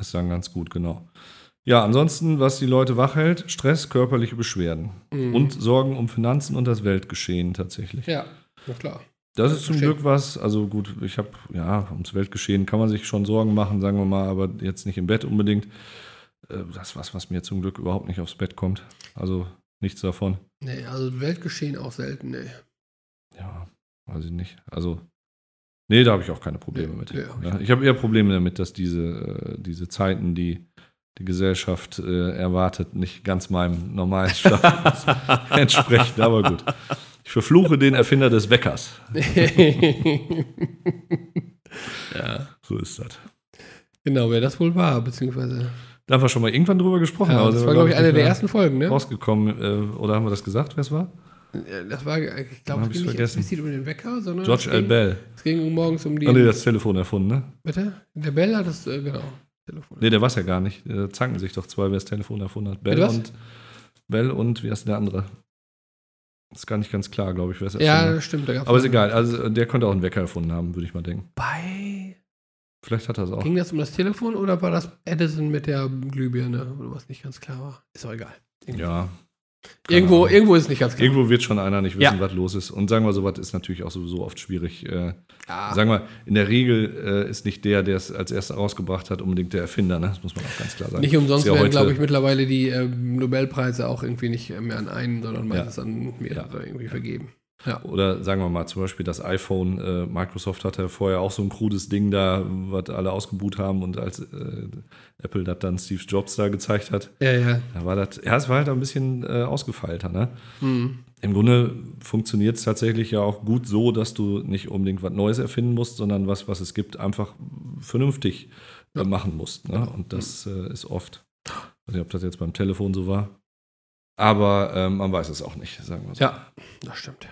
ist dann ganz gut, genau. Ja, ansonsten, was die Leute wach hält, Stress, körperliche Beschwerden. Mhm. Und Sorgen um Finanzen und das Weltgeschehen tatsächlich. Ja, na klar. Das ist zum Verstehe. Glück was, also gut, ich habe, ja, ums Weltgeschehen kann man sich schon Sorgen machen, sagen wir mal, aber jetzt nicht im Bett unbedingt. Äh, Das ist was, was mir zum Glück überhaupt nicht aufs Bett kommt. Also nichts davon. Nee, also Weltgeschehen auch selten, nee. Ja, weiß ich nicht. Also, nee, da habe ich auch keine Probleme Nee, mit. nee, hab ich ja, ich habe eher Probleme damit, dass diese, äh, diese Zeiten, die die Gesellschaft äh, erwartet, nicht ganz meinem normalen Schlaf entsprechend, aber gut. Ich verfluche den Erfinder des Weckers. ja. So ist das. Genau, wer das wohl war, beziehungsweise. Da haben wir schon mal irgendwann drüber gesprochen. Ja, aber das sind wir, war, glaube ich, eine nicht der mehr ersten Folgen, ne? Rausgekommen, äh, oder haben wir das gesagt, wer es war? Das war, ich glaube, Hab ich's es ging nicht vergessen. explizit um den Wecker, sondern. George es L. ging, Bell. Es ging morgens um die. Ah, nee, das Telefon erfunden, ne? bitte? Der Bell hat das, äh, genau. Telefon. Nee, der war es ja gar nicht. Da zanken sich doch zwei, wer das Telefon erfunden hat. Bell Bitte was? und Bell und wie heißt denn der andere? Ist gar nicht ganz klar, glaube ich, wer es erfunden ja, hat. stimmt. Da gab's Aber ist egal, also der könnte auch einen Wecker erfunden haben, würde ich mal denken. Bei. Vielleicht hat er es auch. Ging das um das Telefon oder war das Edison mit der Glühbirne, oder was nicht ganz klar war? Ist auch egal. Ja, Irgendwo, Ahnung. irgendwo ist nicht ganz klar. irgendwo wird schon einer nicht wissen, Ja. was los ist. Und sagen wir, so was ist natürlich auch sowieso oft schwierig. Äh, Ja. Sagen wir, in der Regel äh, ist nicht der, der es als erster rausgebracht hat, unbedingt der Erfinder. Ne? Das muss man auch ganz klar sagen. Nicht umsonst Ist ja werden, heute- glaube ich, mittlerweile die ähm, Nobelpreise auch irgendwie nicht äh, mehr an einen, sondern meistens an mehrere irgendwie vergeben. Oder sagen wir mal zum Beispiel das iPhone. Äh, Microsoft hatte vorher auch so ein krudes Ding da, was alle ausgebuht haben und als äh, Apple das dann Steve Jobs da gezeigt hat, Ja, ja. da war das, ja, es war halt ein bisschen äh, ausgefeilter. Ne? Hm. Im Grunde funktioniert es tatsächlich ja auch gut so, dass du nicht unbedingt was Neues erfinden musst, sondern was, was es gibt, einfach vernünftig äh, Ja. machen musst. Ne? Und das äh, ist oft. Ich weiß nicht, ob das jetzt beim Telefon so war. Aber ähm, man weiß es auch nicht, sagen wir so. Ja, das stimmt.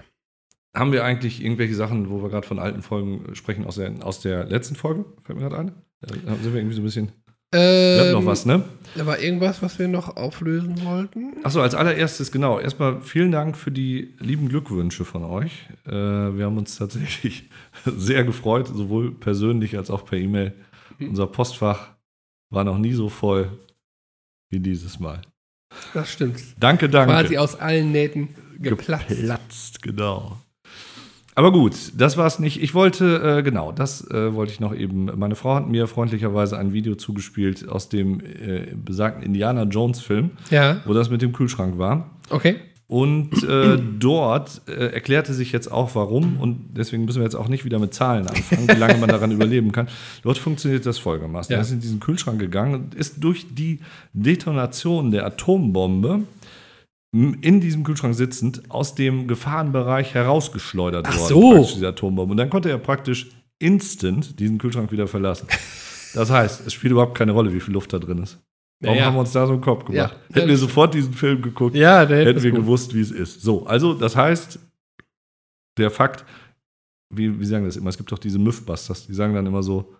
Haben wir eigentlich irgendwelche Sachen, wo wir gerade von alten Folgen sprechen, aus der, aus der letzten Folge? Fällt mir gerade ein. Da sind wir irgendwie so ein bisschen. Wir haben Ähm, noch was, ne? Da war irgendwas, was wir noch auflösen wollten. Achso, als allererstes, genau. Erstmal vielen Dank für die lieben Glückwünsche von euch. Äh, wir haben uns tatsächlich sehr gefreut, sowohl persönlich als auch per E-Mail. Unser Postfach war noch nie so voll wie dieses Mal. Das stimmt. Danke, danke. Quasi aus allen Nähten geplatzt. Geplatzt, genau. Aber gut, das war's nicht. Ich wollte, äh, genau, das äh, wollte ich noch eben. Meine Frau hat mir freundlicherweise ein Video zugespielt aus dem äh, besagten Indiana Jones-Film, Ja, wo das mit dem Kühlschrank war. okay. Und äh, dort äh, erklärte sich jetzt auch warum, und deswegen müssen wir jetzt auch nicht wieder mit Zahlen anfangen, wie lange man daran überleben kann. Dort funktioniert das folgendermaßen. Ja. Er ist in diesen Kühlschrank gegangen und ist durch die Detonation der Atombombe m, in diesem Kühlschrank sitzend aus dem Gefahrenbereich herausgeschleudert Ach worden, so. praktisch diese Atombombe. Und dann konnte er praktisch instant diesen Kühlschrank wieder verlassen. Das heißt, es spielt überhaupt keine Rolle, wie viel Luft da drin ist. Warum Ja, ja. haben wir uns da so einen Kopf gemacht? Ja. Hätten wir sofort diesen Film geguckt, Ja, der hätten wir gewusst, wie es ist. So, also das heißt, der Fakt, wie, wie sagen wir das immer? Es gibt doch diese Mythbusters, die sagen dann immer so,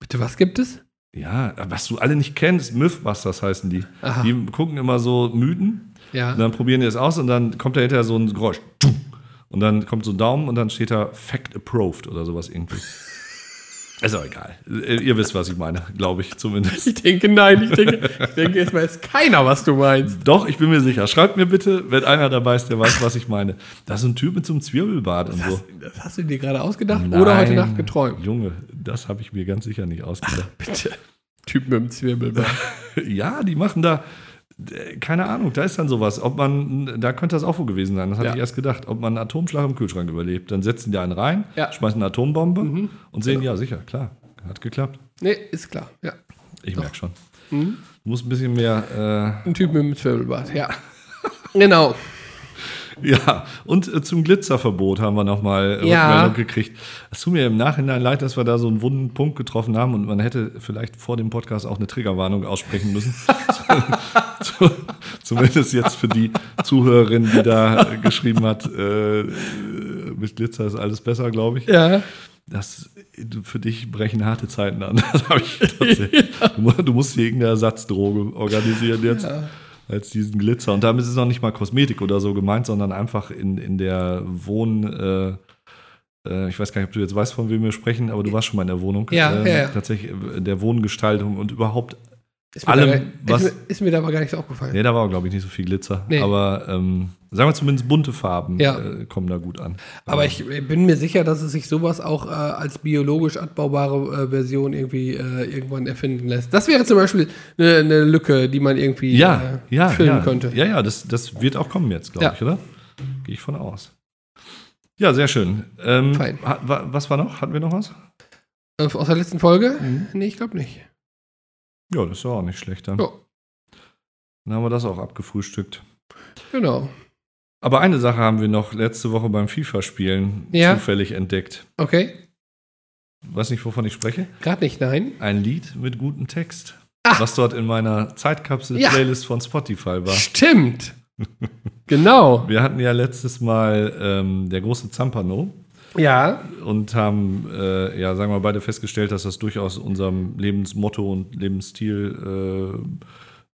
Bitte, was gibt es? ja, was du alle nicht kennst, Mythbusters heißen die. Aha, Die gucken immer so Mythen und ja. dann probieren die es aus und dann kommt da hinterher so ein Geräusch. Tum. Und dann kommt so ein Daumen und dann steht da Fact approved oder sowas irgendwie. Ist auch egal. Äh, Ihr wisst, was ich meine, glaube ich zumindest. Ich denke, nein, ich denke, ich denke, es weiß keiner, was du meinst. Doch, ich bin mir sicher. Schreibt mir bitte, wenn einer dabei ist, der weiß, was ich meine. Das ist ein Typ mit so einem Zwirbelbart und so. Das hast du dir gerade ausgedacht oder heute Nein, Nacht geträumt? Junge, das habe ich mir ganz sicher nicht ausgedacht. Bitte. Typ mit dem Zwirbelbart. ja, die machen da, äh, keine Ahnung, da ist dann sowas. Ob man, da könnte das auch wohl gewesen sein. Das hatte Ja. ich erst gedacht. Ob man einen Atomschlag im Kühlschrank überlebt. Dann setzen die einen rein, Ja. Mhm. schmeißen eine Atombombe und sehen, ja, sicher, klar, hat geklappt. nee, ist klar. Ja. Ich merke schon. Mhm. Du musst ein bisschen mehr. Ein Typ mit dem Zwirbelbart, ja. Genau. Äh, ja, und äh, zum Glitzerverbot haben wir nochmal äh, Ja. Rückmeldung gekriegt. Es tut mir im Nachhinein leid, dass wir da so einen wunden Punkt getroffen haben und man hätte vielleicht vor dem Podcast auch eine Triggerwarnung aussprechen müssen. Zu- Zumindest jetzt für die Zuhörerin, die da äh, geschrieben hat, äh, mit Glitzer ist alles besser, glaube ich. Ja. Das, für dich brechen harte Zeiten an. Das hab ich tatsächlich. du, mu- du musst hier irgendeine Ersatzdroge organisieren jetzt. Als diesen Glitzer. Und damit ist es noch nicht mal Kosmetik oder so gemeint, sondern einfach in, in der Wohn. Äh, äh, ich weiß gar nicht, ob du jetzt weißt, von wem wir sprechen, aber du warst schon mal in der Wohnung. Ja, Ähm, ja, ja. Tatsächlich in der Wohngestaltung und überhaupt Ist mir, Allem, da, gar- was- ist, mir, ist mir da aber gar nichts aufgefallen. Nee, da war, glaube ich, nicht so viel Glitzer. Nee. Aber ähm, sagen wir zumindest bunte Farben Ja. äh, kommen da gut an. Aber ich äh, bin mir sicher, dass es sich sowas auch äh, als biologisch abbaubare äh, Version irgendwie äh, irgendwann erfinden lässt. Das wäre zum Beispiel eine, eine Lücke, die man irgendwie ja, äh, ja, füllen ja. könnte. Ja, ja, das, das wird auch kommen jetzt, glaube Ja. ich, oder? Gehe ich von aus. Ja, sehr schön. Ähm, Fein. ha- wa- was war noch? Hatten wir noch was? Äh, Aus der letzten Folge? Nee, ich glaube nicht. Ja, das ist ja auch nicht schlecht dann. Ja. Dann haben wir das auch abgefrühstückt. Genau. Aber eine Sache haben wir noch letzte Woche beim FIFA-Spielen Ja. zufällig entdeckt. Okay. Weiß nicht, wovon ich spreche. Gerade nicht, nein. Ein Lied mit gutem Text. Ah. Was dort in meiner Zeitkapsel-Playlist von Spotify war. Stimmt. genau. Wir hatten ja letztes Mal ähm, der große Zampano Ja. und haben, äh, ja, sagen wir mal, beide festgestellt, dass das durchaus unserem Lebensmotto und Lebensstil äh,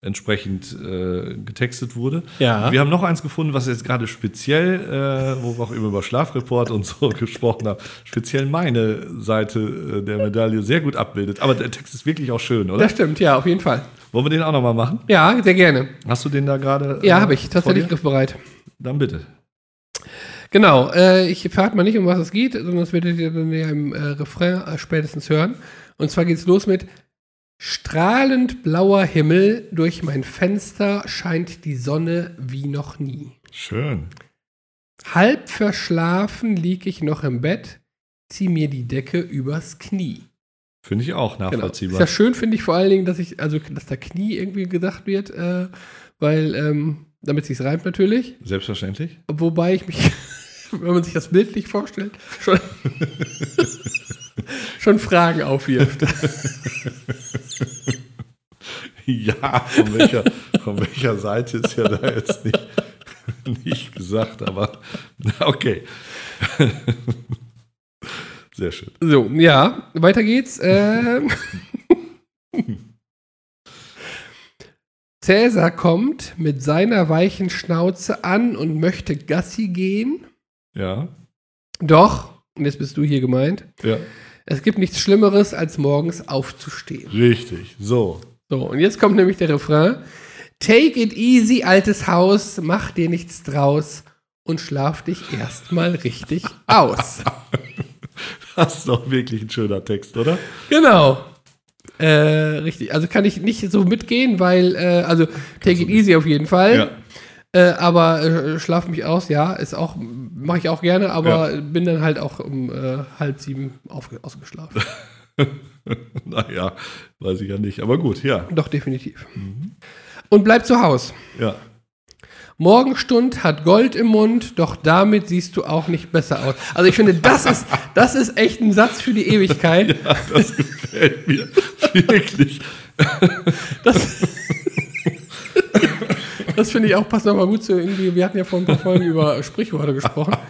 entsprechend äh, getextet wurde. Ja. Wir haben noch eins gefunden, was jetzt gerade speziell, äh, wo wir auch eben über Schlafreport und so gesprochen haben, speziell meine Seite äh, der Medaille sehr gut abbildet. Aber der Text ist wirklich auch schön, oder? Das stimmt, ja, auf jeden Fall. Wollen wir den auch nochmal machen? Ja, sehr gerne. Hast du den da gerade? Ja, äh, habe ich. vor dir? Tatsächlich griffbereit. Dann bitte. Genau, äh, ich verrate mal nicht, um was es geht, sondern das werdet ihr dann ja im äh, Refrain äh, spätestens hören. Und zwar geht's los mit Strahlend blauer Himmel, durch mein Fenster scheint die Sonne wie noch nie. Schön. Halb verschlafen lieg ich noch im Bett, zieh mir die Decke übers Knie. Finde ich auch Genau. Ist nachvollziehbar. ja schön, finde ich vor allen Dingen, dass ich, also dass da Knie irgendwie gesagt wird, äh, weil, ähm, damit sich's reimt natürlich. Selbstverständlich. Wobei ich mich, wenn man sich das bildlich vorstellt, schon, schon Fragen aufwirft. Ja, von welcher, von welcher Seite ist ja da jetzt nicht, nicht gesagt, aber okay. Sehr schön. So, ja, weiter geht's. Ähm. Cäsar kommt mit seiner weichen Schnauze an und möchte Gassi gehen. Ja, Doch, und jetzt bist du hier gemeint, ja. es gibt nichts Schlimmeres, als morgens aufzustehen. Richtig. So. So, und jetzt kommt nämlich der Refrain. Take it easy, altes Haus, mach dir nichts draus und schlaf dich erstmal richtig aus. Das ist doch wirklich ein schöner Text, oder? Genau. Äh, richtig. Also kann ich nicht so mitgehen, weil, äh, also take it easy auf jeden Fall. Äh, aber äh, schlaf mich aus, ja, ist auch, mache ich auch gerne, aber bin dann halt auch um äh, halb sieben aufge- ausgeschlafen. Naja, weiß ich ja nicht. Aber gut, ja. Doch, definitiv. Und bleib zu Hause. Ja. Morgenstund hat Gold im Mund, doch damit siehst du auch nicht besser aus. Also ich finde, das ist, das ist echt ein Satz für die Ewigkeit. Das gefällt mir wirklich. Das, das finde ich auch passt nochmal gut zu irgendwie, wir hatten ja vor ein paar Folgen über Sprichworte gesprochen.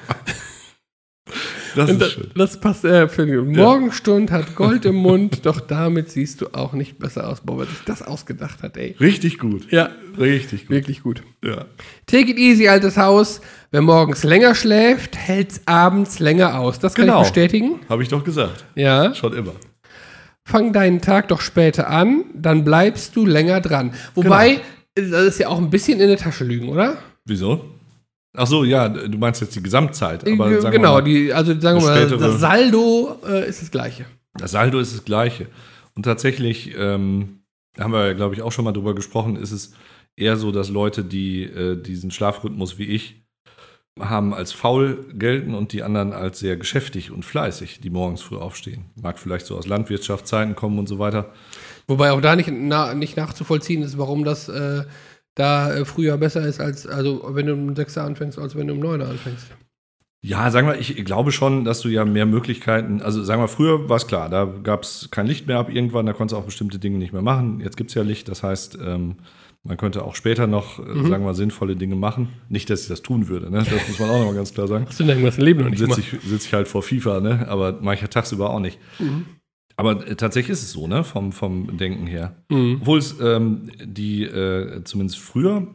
Das Und ist das, schön. das passt äh, für die Morgenstund hat Gold im Mund, doch damit siehst du auch nicht besser aus. Boah, wer sich das ausgedacht hat, ey. Richtig gut. Ja, Richtig gut. wirklich gut. Ja. Take it easy, altes Haus. Wer morgens länger schläft, hält's abends länger aus. Das kann Genau. ich bestätigen. Habe ich doch gesagt. Ja. Schon immer. fang deinen Tag doch später an, dann bleibst du länger dran. Wobei, Genau. das ist ja auch ein bisschen in der Tasche lügen, oder? Wieso? Ach so, ja, du meinst jetzt die Gesamtzeit. Aber Äh, sagen wir genau, mal, die, also sagen wir das mal, spätere- das Saldo äh, ist das gleiche. das Saldo ist das Gleiche. Und tatsächlich ähm, haben wir, glaube ich, auch schon mal drüber gesprochen, ist es eher so, dass Leute, die äh, diesen Schlafrhythmus wie ich haben, als faul gelten und die anderen als sehr geschäftig und fleißig, die morgens früh aufstehen. Mag vielleicht so aus Landwirtschaftszeiten kommen und so weiter. Wobei auch da nicht, na, nicht nachzuvollziehen ist, warum das äh, da äh, früher besser ist, als also wenn du um 6 anfängst, als wenn du um 9 anfängst. Ja, sagen wir, ich glaube schon, dass du ja mehr Möglichkeiten, also sagen wir, früher war es klar, da gab es kein Licht mehr ab irgendwann, da konntest du auch bestimmte Dinge nicht mehr machen. Jetzt gibt es ja Licht, das heißt, ähm, man könnte auch später noch, äh, Mhm. sagen wir, sinnvolle Dinge machen. Nicht, dass ich das tun würde, ne? das muss man auch nochmal ganz klar sagen. Hast du denn irgendwas im Leben noch Dann nicht sitze gemacht? ich, sitz ich halt vor FIFA, ne? aber mache ich ja tagsüber auch nicht. Mhm. Aber äh, tatsächlich ist es so, ne? vom, vom Denken her. Mhm. Obwohl es ähm, die, äh, zumindest früher,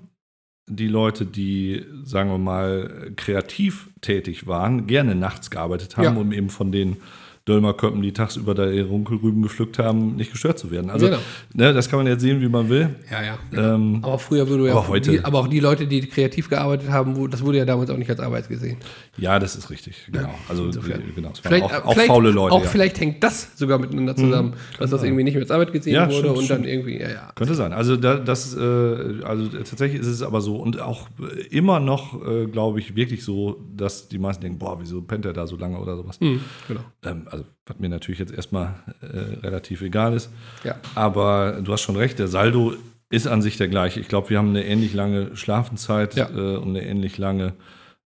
die Leute, die, sagen wir mal, kreativ tätig waren, gerne nachts gearbeitet haben, Ja. um eben von den Döllmerköppen, die tagsüber da ihre Runkelrüben gepflückt haben, nicht gestört zu werden. Also, Genau. ne, das kann man jetzt sehen, wie man will. Ja, ja. Ähm, Aber früher würde ja Aber heute- die, aber auch die Leute, die kreativ gearbeitet haben, wo, das wurde ja damals auch nicht als Arbeit gesehen. ja, das ist richtig. Genau. Also, insofern. die- genau. Es waren Vielleicht, auch, äh, auch vielleicht, faule Leute. ja. Auch Mhm. Genau. vielleicht hängt das sogar miteinander zusammen, dass das irgendwie nicht mehr als Arbeit gesehen Ja, wurde stimmt, und dann stimmt. irgendwie, ja, ja. Könnte sein. Also da, das, äh, also tatsächlich ist es aber so und auch immer äh, noch, äh, glaube ich, wirklich so, dass die meisten denken, boah, wieso pennt er da so lange oder sowas. Hm, genau. Ähm, also was mir natürlich jetzt erstmal äh, relativ egal ist. Ja. Aber du hast schon recht, der Saldo ist an sich der gleiche. Ich glaube, wir haben eine ähnlich lange Schlafenzeit Ja. äh, und eine ähnlich lange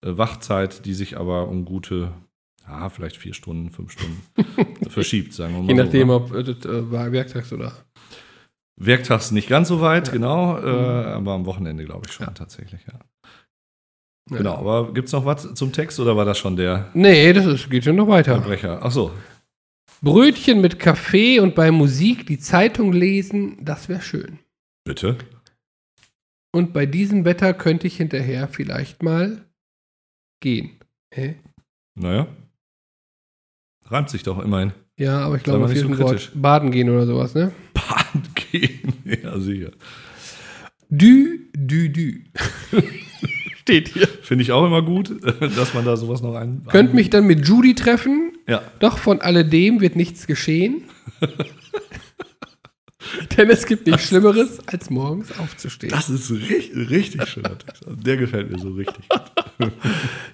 äh, Wachzeit, die sich aber um gute, ja, vielleicht vier Stunden, fünf Stunden verschiebt, sagen wir mal. Je nachdem, so, ne? ob äh, das äh, war Werktags oder. Werktags nicht ganz so weit, Ja. genau, äh, Mhm. aber am Wochenende glaube ich schon Ja. tatsächlich, ja. Ja. Genau, aber gibt es noch was zum Text oder war das schon der Nee, das ist, geht schon noch weiter. Verbrecher? Ach so, Brötchen mit Kaffee und bei Musik die Zeitung lesen, das wäre schön. bitte. Und bei diesem Wetter könnte ich hinterher vielleicht mal gehen. Hä? Naja. Reimt sich doch immerhin. Ja, aber ich Sei glaube, mal auf nicht so jeden Fall kritisch. baden gehen oder sowas, ne? Bahn gehen. Ja, sicher. Dü, dü, dü. Steht hier. Finde ich auch immer gut, dass man da sowas noch ein. Könnt mich dann mit Judy treffen, Ja. doch von alledem wird nichts geschehen. Denn es gibt nichts Schlimmeres, als morgens aufzustehen. Das ist richtig, richtig schöner Text. Also Der gefällt mir so richtig.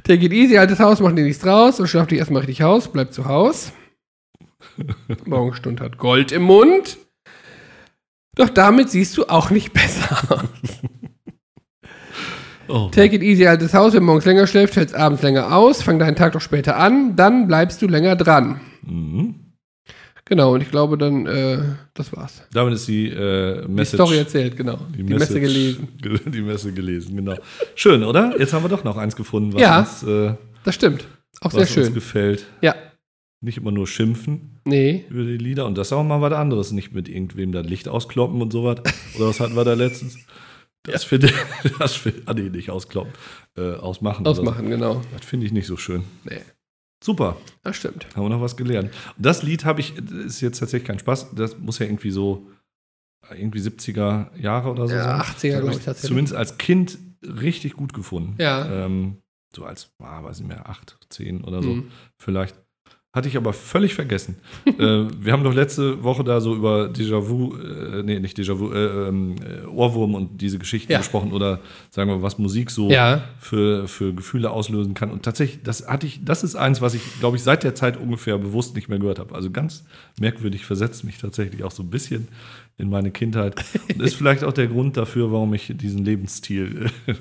Der geht easy, altes Haus, macht dir nichts draus und schlaft dich erstmal richtig aus, bleibt zu Haus. Morgenstund hat Gold im Mund. Doch damit siehst du auch nicht besser. Oh. Take it easy, altes Haus, wenn morgens länger schläft, hältst abends länger aus, fang deinen Tag doch später an, dann bleibst du länger dran. Mhm. Genau, und ich glaube dann, äh, das war's. Damit ist die äh, Message. Die Story erzählt, genau. Die, Messe Message- gelesen. Die Messe gelesen, genau. Schön, oder? Jetzt haben wir doch noch eins gefunden, was, Ja. uns, äh, Das stimmt. Auch sehr was uns schön. gefällt. Ja. Nicht immer nur schimpfen Nee. über die Lieder und das ist auch mal was anderes. Nicht mit irgendwem dann Licht auskloppen und sowas. Oder was hatten wir da letztens? Das finde das finde ah, nee, nicht auskloppen. Äh, ausmachen. oder so. Ausmachen, genau. Das finde ich nicht so schön. Nee. Super, Das stimmt. haben wir noch was gelernt. Und das Lied habe ich, das ist jetzt tatsächlich kein Spaß, das muss ja irgendwie so, irgendwie 70er Jahre oder so Ja, sein. 80er, Da habe glaube ich, tatsächlich. Zumindest als Kind richtig gut gefunden. Ja. Ähm, so als, ah, weiß nicht mehr, 8, 10 oder so Mhm. vielleicht. Hatte ich aber völlig vergessen. äh, wir haben doch letzte Woche da so über Déjà-vu, äh, nee, nicht Déjà-vu, äh, ähm, äh, Ohrwurm und diese Geschichten Ja. gesprochen oder sagen wir, was Musik so Ja. für, für Gefühle auslösen kann. Und tatsächlich, das hatte ich, das ist eins, was ich, glaube ich, seit der Zeit ungefähr bewusst nicht mehr gehört habe. Also ganz merkwürdig versetzt mich tatsächlich auch so ein bisschen in meine Kindheit. Und ist vielleicht auch der Grund dafür, warum ich diesen Lebensstil äh,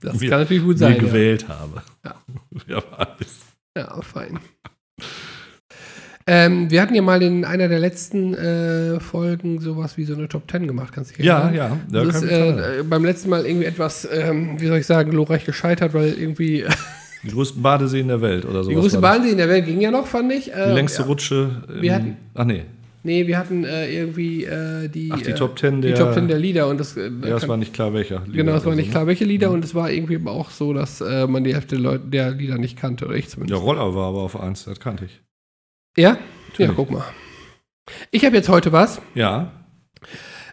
Das mir, kann natürlich gut mir sein. ja. gewählt habe. Ja. Wer weiß. Ja, aber fein. Ähm, wir hatten ja mal in einer der letzten äh, Folgen sowas wie so eine Top 10 gemacht, kannst du dich Ja, erinnern? ja. da Genau. Das kann ist ich dran erinnern. äh, beim letzten Mal irgendwie etwas, ähm, wie soll ich sagen, glorreich gescheitert, weil irgendwie die größten Badeseen der Welt oder so. die größte Bahnsee in der Welt ging ja noch, fand ich. Die Äh, längste ja. Rutsche. im- Wir hatten- ach nee, Nee, wir hatten äh, irgendwie äh, die, ach die äh, Top Ten die der. Top 10 der Lieder und das, äh, ja, es kann- war nicht klar welcher. Lieder genau, es war oder nicht so. ne? Mhm. klar, welche Lieder und es war irgendwie aber auch so, dass äh, man die Hälfte Leut- der Lieder nicht kannte, oder ich Der zumindest. Roller war aber auf eins, das kannte ich. Ja? Ja, Natürlich. guck mal. Ich habe jetzt heute was. Ja,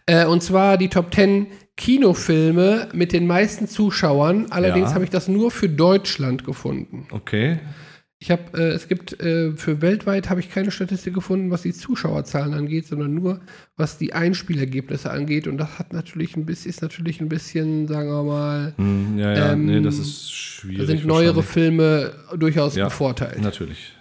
Äh, und zwar die Top 10 Kinofilme mit den meisten Zuschauern. Allerdings Ja. habe ich das nur für Deutschland gefunden. okay. Ich habe, äh, es gibt äh, für weltweit habe ich keine Statistik gefunden, was die Zuschauerzahlen angeht, sondern nur was die Einspielergebnisse angeht. Und das hat natürlich ein bisschen, ist natürlich ein bisschen, sagen wir mal, Hm, ja, ja, Ähm, nee, das ist schwierig. da sind neuere wahrscheinlich. Filme durchaus Ja. bevorteilt. Natürlich.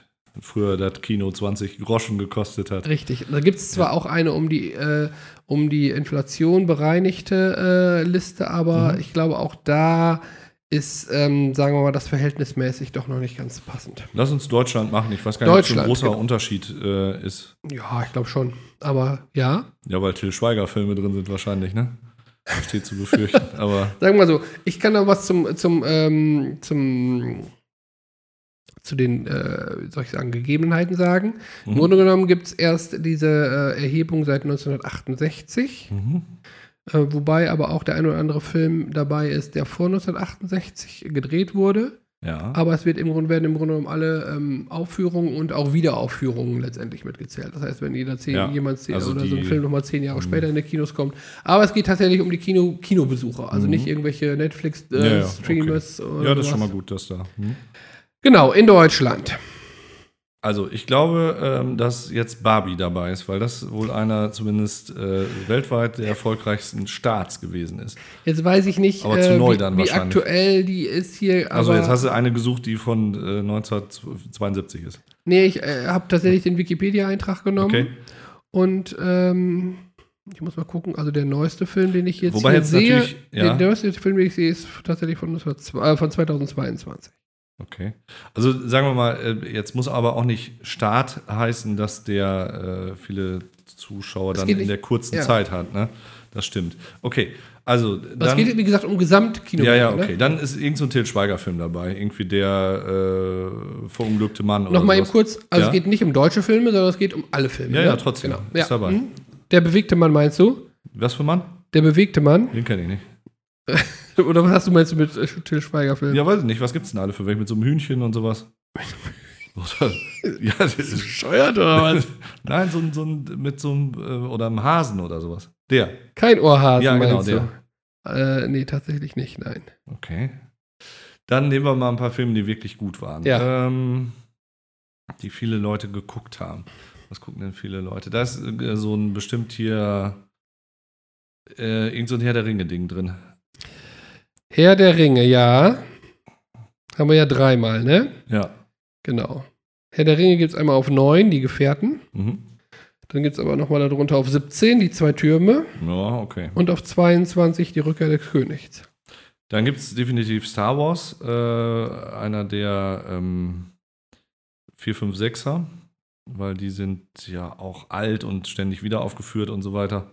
Früher das Kino 20 Groschen gekostet hat. Richtig. Da gibt es zwar auch eine um die, äh, um die Inflation bereinigte äh, Liste, aber ich glaube, auch da ist, ähm, sagen wir mal, das verhältnismäßig doch noch nicht ganz passend. Lass uns Deutschland machen. Ich weiß gar nicht, ob es ein Deutschland, großer genau. Unterschied äh, ist. Ja, ich glaube schon. Aber ja. Ja, weil Till Schweiger-Filme drin sind wahrscheinlich, ne? Steht zu befürchten. aber Sagen wir mal so, ich kann noch was zum, zum, ähm, zum zu den, äh, wie soll ich sagen, Gegebenheiten sagen. Im Mhm. Grunde genommen gibt es erst diese äh, Erhebung seit 1968. mhm. Äh, wobei aber auch der ein oder andere Film dabei ist, der vor 1968 gedreht wurde. ja. Aber es wird im Grunde, werden im Grunde genommen alle ähm, Aufführungen und auch Wiederaufführungen letztendlich mitgezählt. Das heißt, wenn jeder zehn, Ja, jemand zehn also oder so ein die- Mhm. Film nochmal zehn Jahre später in die Kinos kommt. Aber es geht tatsächlich um die Kino, Kinobesucher, also Mhm. nicht irgendwelche äh, Ja, ja, Netflix-Streamers. ja, das ist schon mal gut, dass da. Hm? Genau, in Deutschland. Also ich glaube, ähm, dass jetzt Barbie dabei ist, weil das wohl einer zumindest äh, weltweit der erfolgreichsten Starts gewesen ist. Jetzt weiß ich nicht, äh, Aber zu neu wie, dann wie wahrscheinlich. aktuell die ist hier. Aber Also jetzt hast du eine gesucht, die von äh, 1972 ist. nee, ich äh, habe tatsächlich den Wikipedia-Eintrag genommen. Okay. Und ähm, ich muss mal gucken, also der neueste Film, den ich jetzt Wobei hier jetzt sehe, natürlich- ja. der neueste Film, den ich sehe, ist tatsächlich von, 1902 äh, von 2022. Okay. Also sagen wir mal, äh, jetzt muss aber auch nicht Start heißen, dass der äh, viele Zuschauer Es dann geht in nicht- der kurzen ja. Zeit hat. Ne? Das stimmt. Okay. Also Das dann, geht, wie gesagt, um Gesamtkino. ja, ja, ne? okay. Dann ist irgend so ein Til Schweiger-Film dabei. Irgendwie der äh, verunglückte Mann oder Nochmal eben sowas. kurz, also Ja. es geht nicht um deutsche Filme, sondern es geht um alle Filme. Ja, ne? ja, trotzdem. Genau. Ist Ja. dabei. Mhm. Der bewegte Mann meinst du? Was für ein Mann? Der bewegte Mann? Den kenne ich nicht. Oder was hast du meinst du mit äh, Til Schweiger Film? Ja, weiß ich nicht. Was gibt's denn alle für welche? Mit so einem Hühnchen und sowas? Oder, ja, das ist bescheuert oder was? Nein, so ein, so ein, mit so einem, äh, oder einem Hasen oder sowas. Der. Kein Ohrhasen Ja, genau, meinst du? Äh, nee, tatsächlich nicht, nein. Okay. Dann nehmen wir mal ein paar Filme, die wirklich gut waren. Ja. Ähm, die viele Leute geguckt haben. Was gucken denn viele Leute? Da ist äh, so ein bestimmt hier äh, irgend so ein Herr der Ringe-Ding drin. Herr der Ringe, ja. Haben wir ja dreimal, ne? Ja. Genau. Herr der Ringe gibt es einmal auf 9, die Gefährten. Mhm. Dann gibt es aber nochmal darunter auf 17, die zwei Türme. Ja, okay. Und auf 22, die Rückkehr des Königs. Dann gibt es definitiv Star Wars, äh, einer der ähm, 456er, weil die sind ja auch alt und ständig wieder aufgeführt und so weiter.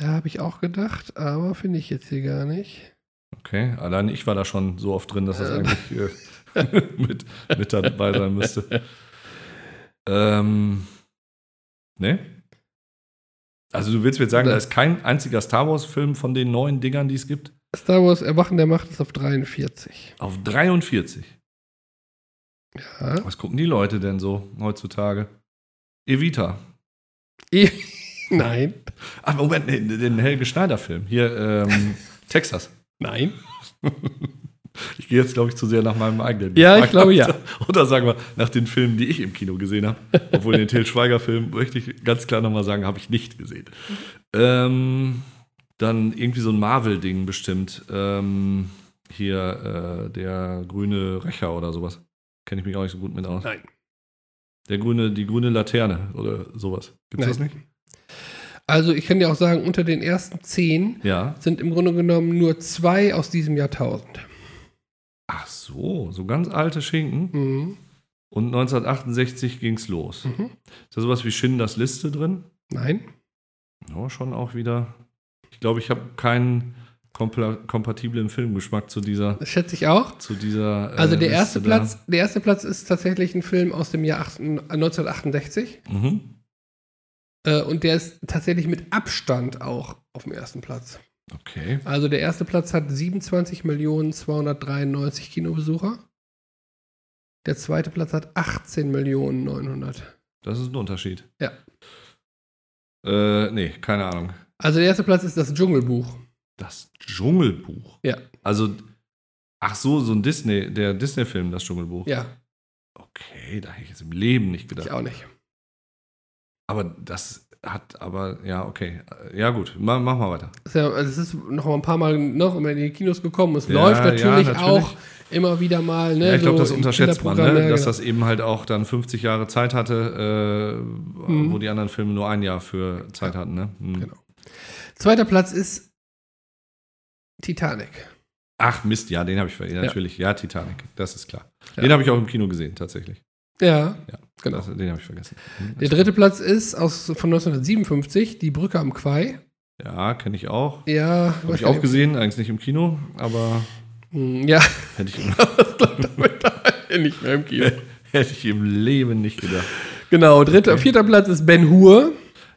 Ja, habe ich auch gedacht, aber finde ich jetzt hier gar nicht. Okay, allein ich war da schon so oft drin, dass das Ähm. eigentlich äh, mit, mit dabei sein müsste. Ähm, ne? Also du willst mir jetzt sagen, Ne. da ist kein einziger Star Wars-Film von den neuen Dingern, die es gibt, Star Wars Erwachen der Macht ist auf 43. auf 43. Ja. Was gucken die Leute denn so heutzutage? Evita. E- Nein. Ah, Moment, nee, den Helge Schneider-Film. Hier, ähm, Texas. Nein. Ich gehe jetzt, glaube ich, zu sehr nach meinem eigenen. Ja, ich glaube, ja. Oder sagen wir, nach den Filmen, die ich im Kino gesehen habe. Obwohl den Til Schweiger-Film, möchte ich ganz klar nochmal sagen, habe ich nicht gesehen. Ähm, dann irgendwie so ein Marvel-Ding bestimmt. Ähm, hier, äh, der grüne Rächer oder sowas. Kenne ich mich auch nicht so gut mit aus. Nein. Der grüne, die grüne Laterne oder sowas. Gibt's das nicht? Also ich kann dir auch sagen, unter den ersten 10 Ja. sind im Grunde genommen nur zwei aus diesem Jahrtausend. Ach so, so ganz alte Schinken. Mhm. Und 1968 ging's los. Mhm. Ist da sowas wie Schindlers Liste drin? Nein. Ja, schon auch wieder. Ich glaube, ich habe keinen kompla- kompatiblen Filmgeschmack zu dieser. Das schätze ich auch. Zu dieser äh, Also der Liste erste da. Platz, der erste Platz ist tatsächlich ein Film aus dem Jahr 18, 1968 Mhm. äh, und der ist tatsächlich mit Abstand auch auf dem ersten Platz. Okay. Also der erste Platz hat 27.293 Kinobesucher. Der zweite Platz hat 18.900. Das ist ein Unterschied. Ja. Äh, nee, keine Ahnung. Also der erste Platz ist das Dschungelbuch. Das Dschungelbuch. Ja. Also, ach so, so ein Disney, der Disney-Film, das Dschungelbuch. Ja, Okay, da hätte ich jetzt im Leben nicht gedacht. ich auch nicht. Aber das hat aber, ja, okay. Ja, gut, ma, mach mal weiter. Es ist, ja, also es ist noch mal ein paar Mal noch immer in die Kinos gekommen. Es Ja, läuft ja, natürlich, natürlich. auch immer wieder mal. Ne, ja, ich glaube, so das im unterschätzt man, ne? Kinderprogramm, ja, dass genau. das eben halt auch dann 50 Jahre Zeit hatte, äh, Mhm. wo die anderen Filme nur ein Jahr für Zeit hatten. Ne? Mhm. Genau. Zweiter Platz ist Titanic. Ach Mist, ja, den habe ich ver- ja, Ja. natürlich. Ja, Titanic, das ist klar. Ja. Den habe ich auch im Kino gesehen, tatsächlich. Ja, Ja, genau. Das, den habe ich vergessen. Mhm, Der das- dritte Platz ist aus, von 1957, Die Brücke am Quai. Ja, kenne ich auch. Ja, Habe ich auch gesehen, eigentlich nicht im Kino, aber gesehen. Hm, Ja, hätte ich, das bleibt dabei, nicht mehr im Kino. hätte ich im Leben nicht gedacht. Genau, dritter, vierter Platz ist Ben Hur.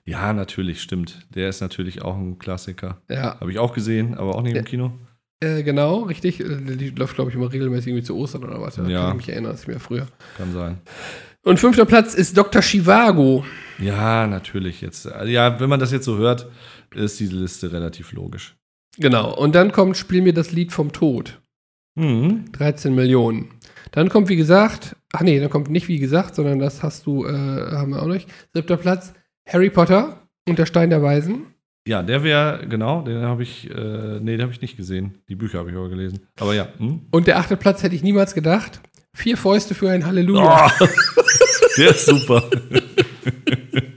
Ja, natürlich, stimmt. Der ist natürlich auch ein Klassiker. Ja, Habe ich auch gesehen, aber auch nicht im Ja. Kino. äh, genau, richtig. Äh, Die läuft, glaube ich, immer regelmäßig irgendwie zu Ostern oder was. Da Ja. Kann ich mich erinnern, das ist mir früher. Kann sein. Und fünfter Platz ist Dr. Chivago. Ja, natürlich. Jetzt, ja, wenn man das jetzt so hört, ist diese Liste relativ logisch. Genau. Und dann kommt Spiel mir das Lied vom Tod. Mhm. 13 Millionen. Dann kommt, wie gesagt, ach nee, dann kommt nicht wie gesagt, sondern das hast du, äh, haben wir auch noch. Siebter Platz, Harry Potter und der Stein der Weisen. Ja, der wäre, genau, den habe ich, äh, nee, den habe ich nicht gesehen. Die Bücher habe ich aber gelesen. Aber ja. Hm? Und der achte Platz hätte ich niemals gedacht. Vier Fäuste für ein Halleluja. Oh, der ist super.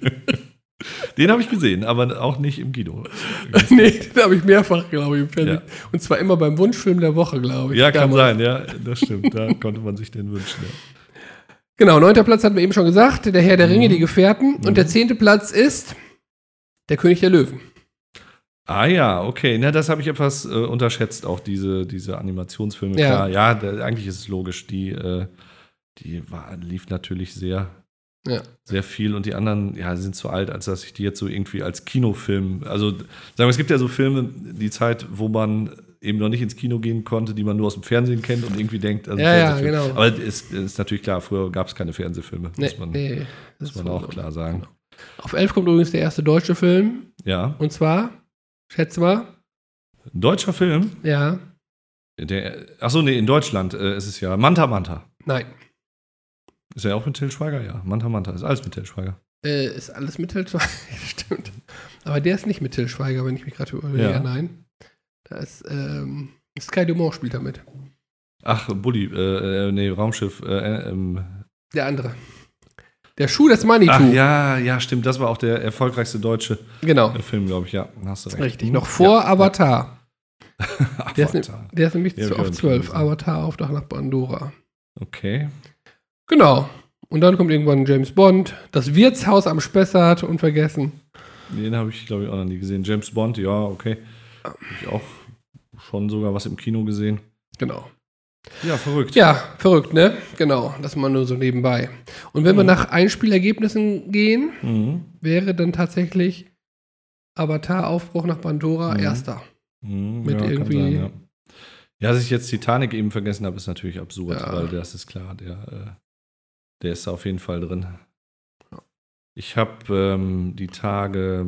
den habe ich gesehen, aber auch nicht im Kino. nee, den habe ich mehrfach, glaube ich, im Fernsehen. Ja. Und zwar immer beim Wunschfilm der Woche, glaube ich. Ja, kann damals. sein, ja, das stimmt. Da konnte man sich den wünschen. Ja. Genau, neunter Platz hatten wir eben schon gesagt, der Herr der Ringe, die Gefährten. Mhm. Und der zehnte Platz ist der König der Löwen. Ah ja, okay. Na, das habe ich etwas äh, unterschätzt, auch diese, diese Animationsfilme. Ja. Klar, ja, da, eigentlich ist es logisch. Die, äh, die war, lief natürlich sehr, Ja. sehr viel und die anderen ja, sind zu alt, als dass ich die jetzt so irgendwie als Kinofilm. Also sagen wir, es gibt ja so Filme, die Zeit, wo man eben noch nicht ins Kino gehen konnte, die man nur aus dem Fernsehen kennt und irgendwie denkt, also Ja, ja, Fernsehfilm. genau. Aber es ist, ist natürlich klar, früher gab es keine Fernsehfilme, muss man, das Genau. muss man auch klar sagen. Auf elf kommt übrigens der erste deutsche Film. Ja, Und zwar, schätze mal, ein deutscher Film. ja, Der, ach so, nee, in Deutschland äh, ist es ja Manta Manta. nein. Ist er auch mit Till Schweiger? Ja, Manta Manta ist alles mit Till Schweiger. Äh, ist alles mit Till Schweiger, stimmt. Aber der ist nicht mit Till Schweiger, wenn ich mich gerade überlege. Ja. Nein. Da ist ähm, Sky Dumont spielt damit. Ach, Bulli, äh, äh, nee, Raumschiff. Äh, ähm, Der andere. Der Schuh des Manitou. ach ja, ja, stimmt, das war auch der erfolgreichste deutsche Genau. äh, Film, glaube ich, ja. Hast du recht. Richtig. Hm? Noch vor ja. Avatar. Der ist, ne, Avatar. der ist nämlich Ja, zu wir auf haben schon 12. gesehen. Avatar auf nach Pandora. Okay. Genau. Und dann kommt irgendwann James Bond, das Wirtshaus am Spessart und vergessen. Den habe ich, glaube ich, auch noch nie gesehen. James Bond, ja, okay. Habe ich auch schon sogar was im Kino gesehen. Genau. Ja, verrückt. Ja, verrückt, ne? Genau. Das mal nur so nebenbei. Und wenn wir nach Einspielergebnissen gehen, Mhm. wäre dann tatsächlich Avatar Aufbruch nach Pandora Mhm. erster. Mhm, Mit kann irgendwie- ja. ja, dass ich jetzt Titanic eben vergessen habe, ist natürlich absurd, Ja. weil das ist klar, der, äh, der ist da auf jeden Fall drin. Ich habe ähm, die Tage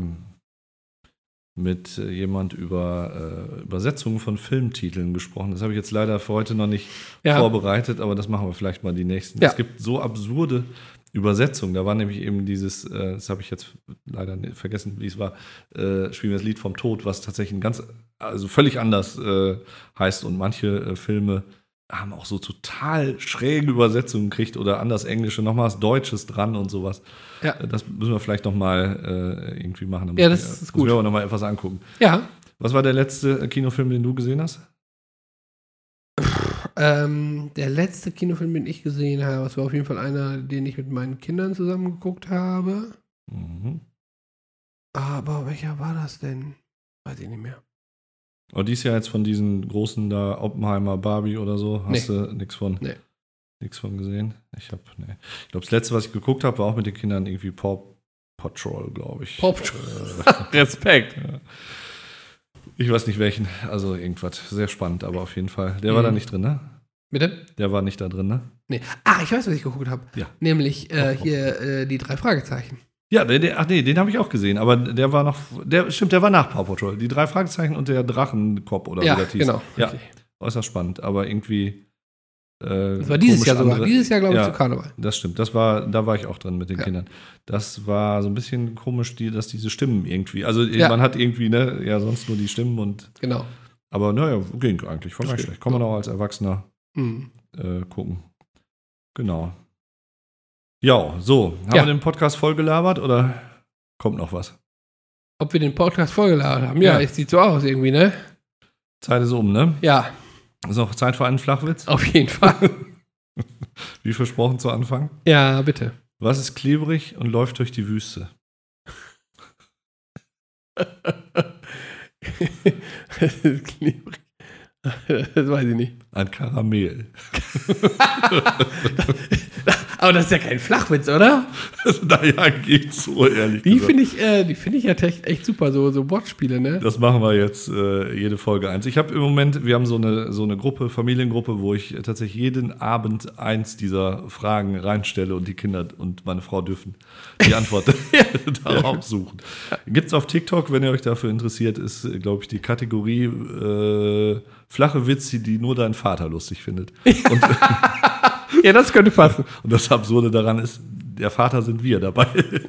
mit äh, jemand über äh, Übersetzungen von Filmtiteln gesprochen. Das habe ich jetzt leider für heute noch nicht Ja. vorbereitet, aber das machen wir vielleicht mal die nächsten. Ja. Es gibt so absurde Übersetzungen. Da war nämlich eben dieses, äh, das habe ich jetzt leider nicht vergessen, wie es war, äh, spielen wir das Lied vom Tod, was tatsächlich ein ganz, also völlig anders äh, heißt und manche äh, Filme haben auch so total schräge Übersetzungen gekriegt oder anders Englische, nochmal was Deutsches dran und sowas. Ja. Äh, Das müssen wir vielleicht nochmal äh, irgendwie machen. Da Ja, müssen das wir- ist müssen gut. Wir aber nochmal etwas angucken. ja. Was war der letzte äh, Kinofilm, den du gesehen hast? Ähm, der letzte Kinofilm, den ich gesehen habe, das war auf jeden Fall einer, den ich mit meinen Kindern zusammen geguckt habe. Mhm. Aber welcher war das denn? Weiß ich nicht mehr. Aber dies Jahr jetzt von diesen großen da, Oppenheimer, Barbie oder so, hast du nichts von, Nee. nix von gesehen? Ich hab, nee. Ich glaube, das letzte, was ich geguckt habe, war auch mit den Kindern irgendwie Paw Patrol, glaube ich. Paw Patrol. Äh, Respekt. Ja. Ich weiß nicht welchen, also irgendwas. Sehr spannend, aber auf jeden Fall. Der war Mhm. da nicht drin, ne? Bitte? Der war nicht da drin, ne? Nee. Ah, ich weiß, was ich geguckt habe. Ja. Nämlich äh, Oh, oh. hier äh, die drei Fragezeichen. Ja, der, der, ach nee, den habe ich auch gesehen, aber der war noch, der stimmt, der war nach Paw Patrol. Die drei Fragezeichen und der Drachenkopf oder ja, wie das hieß. genau. Ja, richtig. äußerst spannend, aber irgendwie. äh, Das war dieses Jahr sogar. Dieses Jahr, glaube ich, Ja. zu Karneval. Das stimmt, das war, da war ich auch drin mit den Ja. Kindern. Das war so ein bisschen komisch, die, dass diese Stimmen irgendwie, also Ja. man hat irgendwie, ne, ja, sonst nur die Stimmen und, Genau. aber naja, ging eigentlich, voll Das nicht geht, schlecht. Kann man auch als Erwachsener Hm. äh, gucken. Genau. Ja, so, haben Ja. wir den Podcast vollgelabert oder kommt noch was? Ob wir den Podcast vollgeladen haben? Ja, Ja. es sieht so aus irgendwie, ne? Zeit ist um, ne? Ja, Ist noch Zeit für einen Flachwitz? auf jeden Fall. Wie versprochen zu Anfang. ja, bitte. Was ist klebrig und läuft durch die Wüste? das ist klebrig. Das weiß ich nicht. Ein Karamell. Aber das ist ja kein Flachwitz, oder? Also, naja, geht so, ehrlich Die gesagt. finde ich, äh, die finde ich ja echt, echt super, so, so Wortspiele, ne? Das machen wir jetzt äh, jede Folge eins. Ich habe im Moment, wir haben so eine, so eine Gruppe, Familiengruppe, wo ich tatsächlich jeden Abend eins dieser Fragen reinstelle und die Kinder und meine Frau dürfen die Antwort darauf suchen. Gibt's auf TikTok, wenn ihr euch dafür interessiert, ist, glaube ich, die Kategorie äh, flache Witze, die nur dein Vater lustig findet. Und, Ja, das könnte passen. und das Absurde daran ist, der Vater sind wir dabei.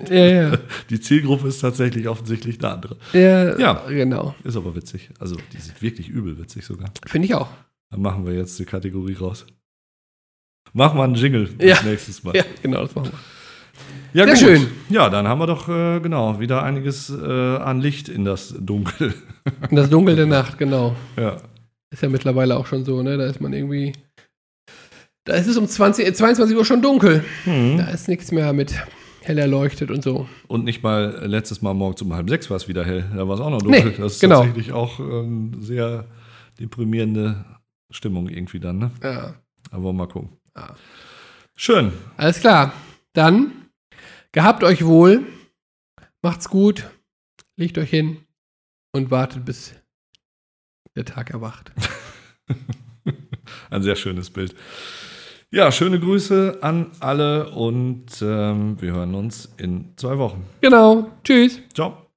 Ja, ja. Die Zielgruppe ist tatsächlich offensichtlich eine andere. Ja, Ja. genau. Ist aber witzig. Also, die sind wirklich übel witzig sogar. Finde ich auch. Dann machen wir jetzt die Kategorie raus. Machen wir einen Jingle Ja. bis nächstes Mal. Ja, genau, das machen wir. Ja, Sehr schön. Ja, dann haben wir doch äh, genau wieder einiges äh, an Licht in das Dunkel. Und das Dunkel der Nacht, genau. ja. Ist ja mittlerweile auch schon so, ne? Da ist man irgendwie. Da ist es um 20, äh, 22 Uhr schon dunkel. Da ist nichts mehr mit hell erleuchtet und so. Und nicht mal letztes Mal morgens um halb sechs war es wieder hell. Da war es auch noch dunkel. Nee, das ist genau. tatsächlich auch ähm, sehr deprimierende Stimmung irgendwie dann. Ne? Ja. Aber mal gucken. Ja. Schön. Alles klar. Dann gehabt euch wohl. Macht's gut. Legt euch hin und wartet, bis der Tag erwacht. Ein sehr schönes Bild. Ja, schöne Grüße an alle und ähm, wir hören uns in zwei Wochen. Genau. Tschüss. Ciao.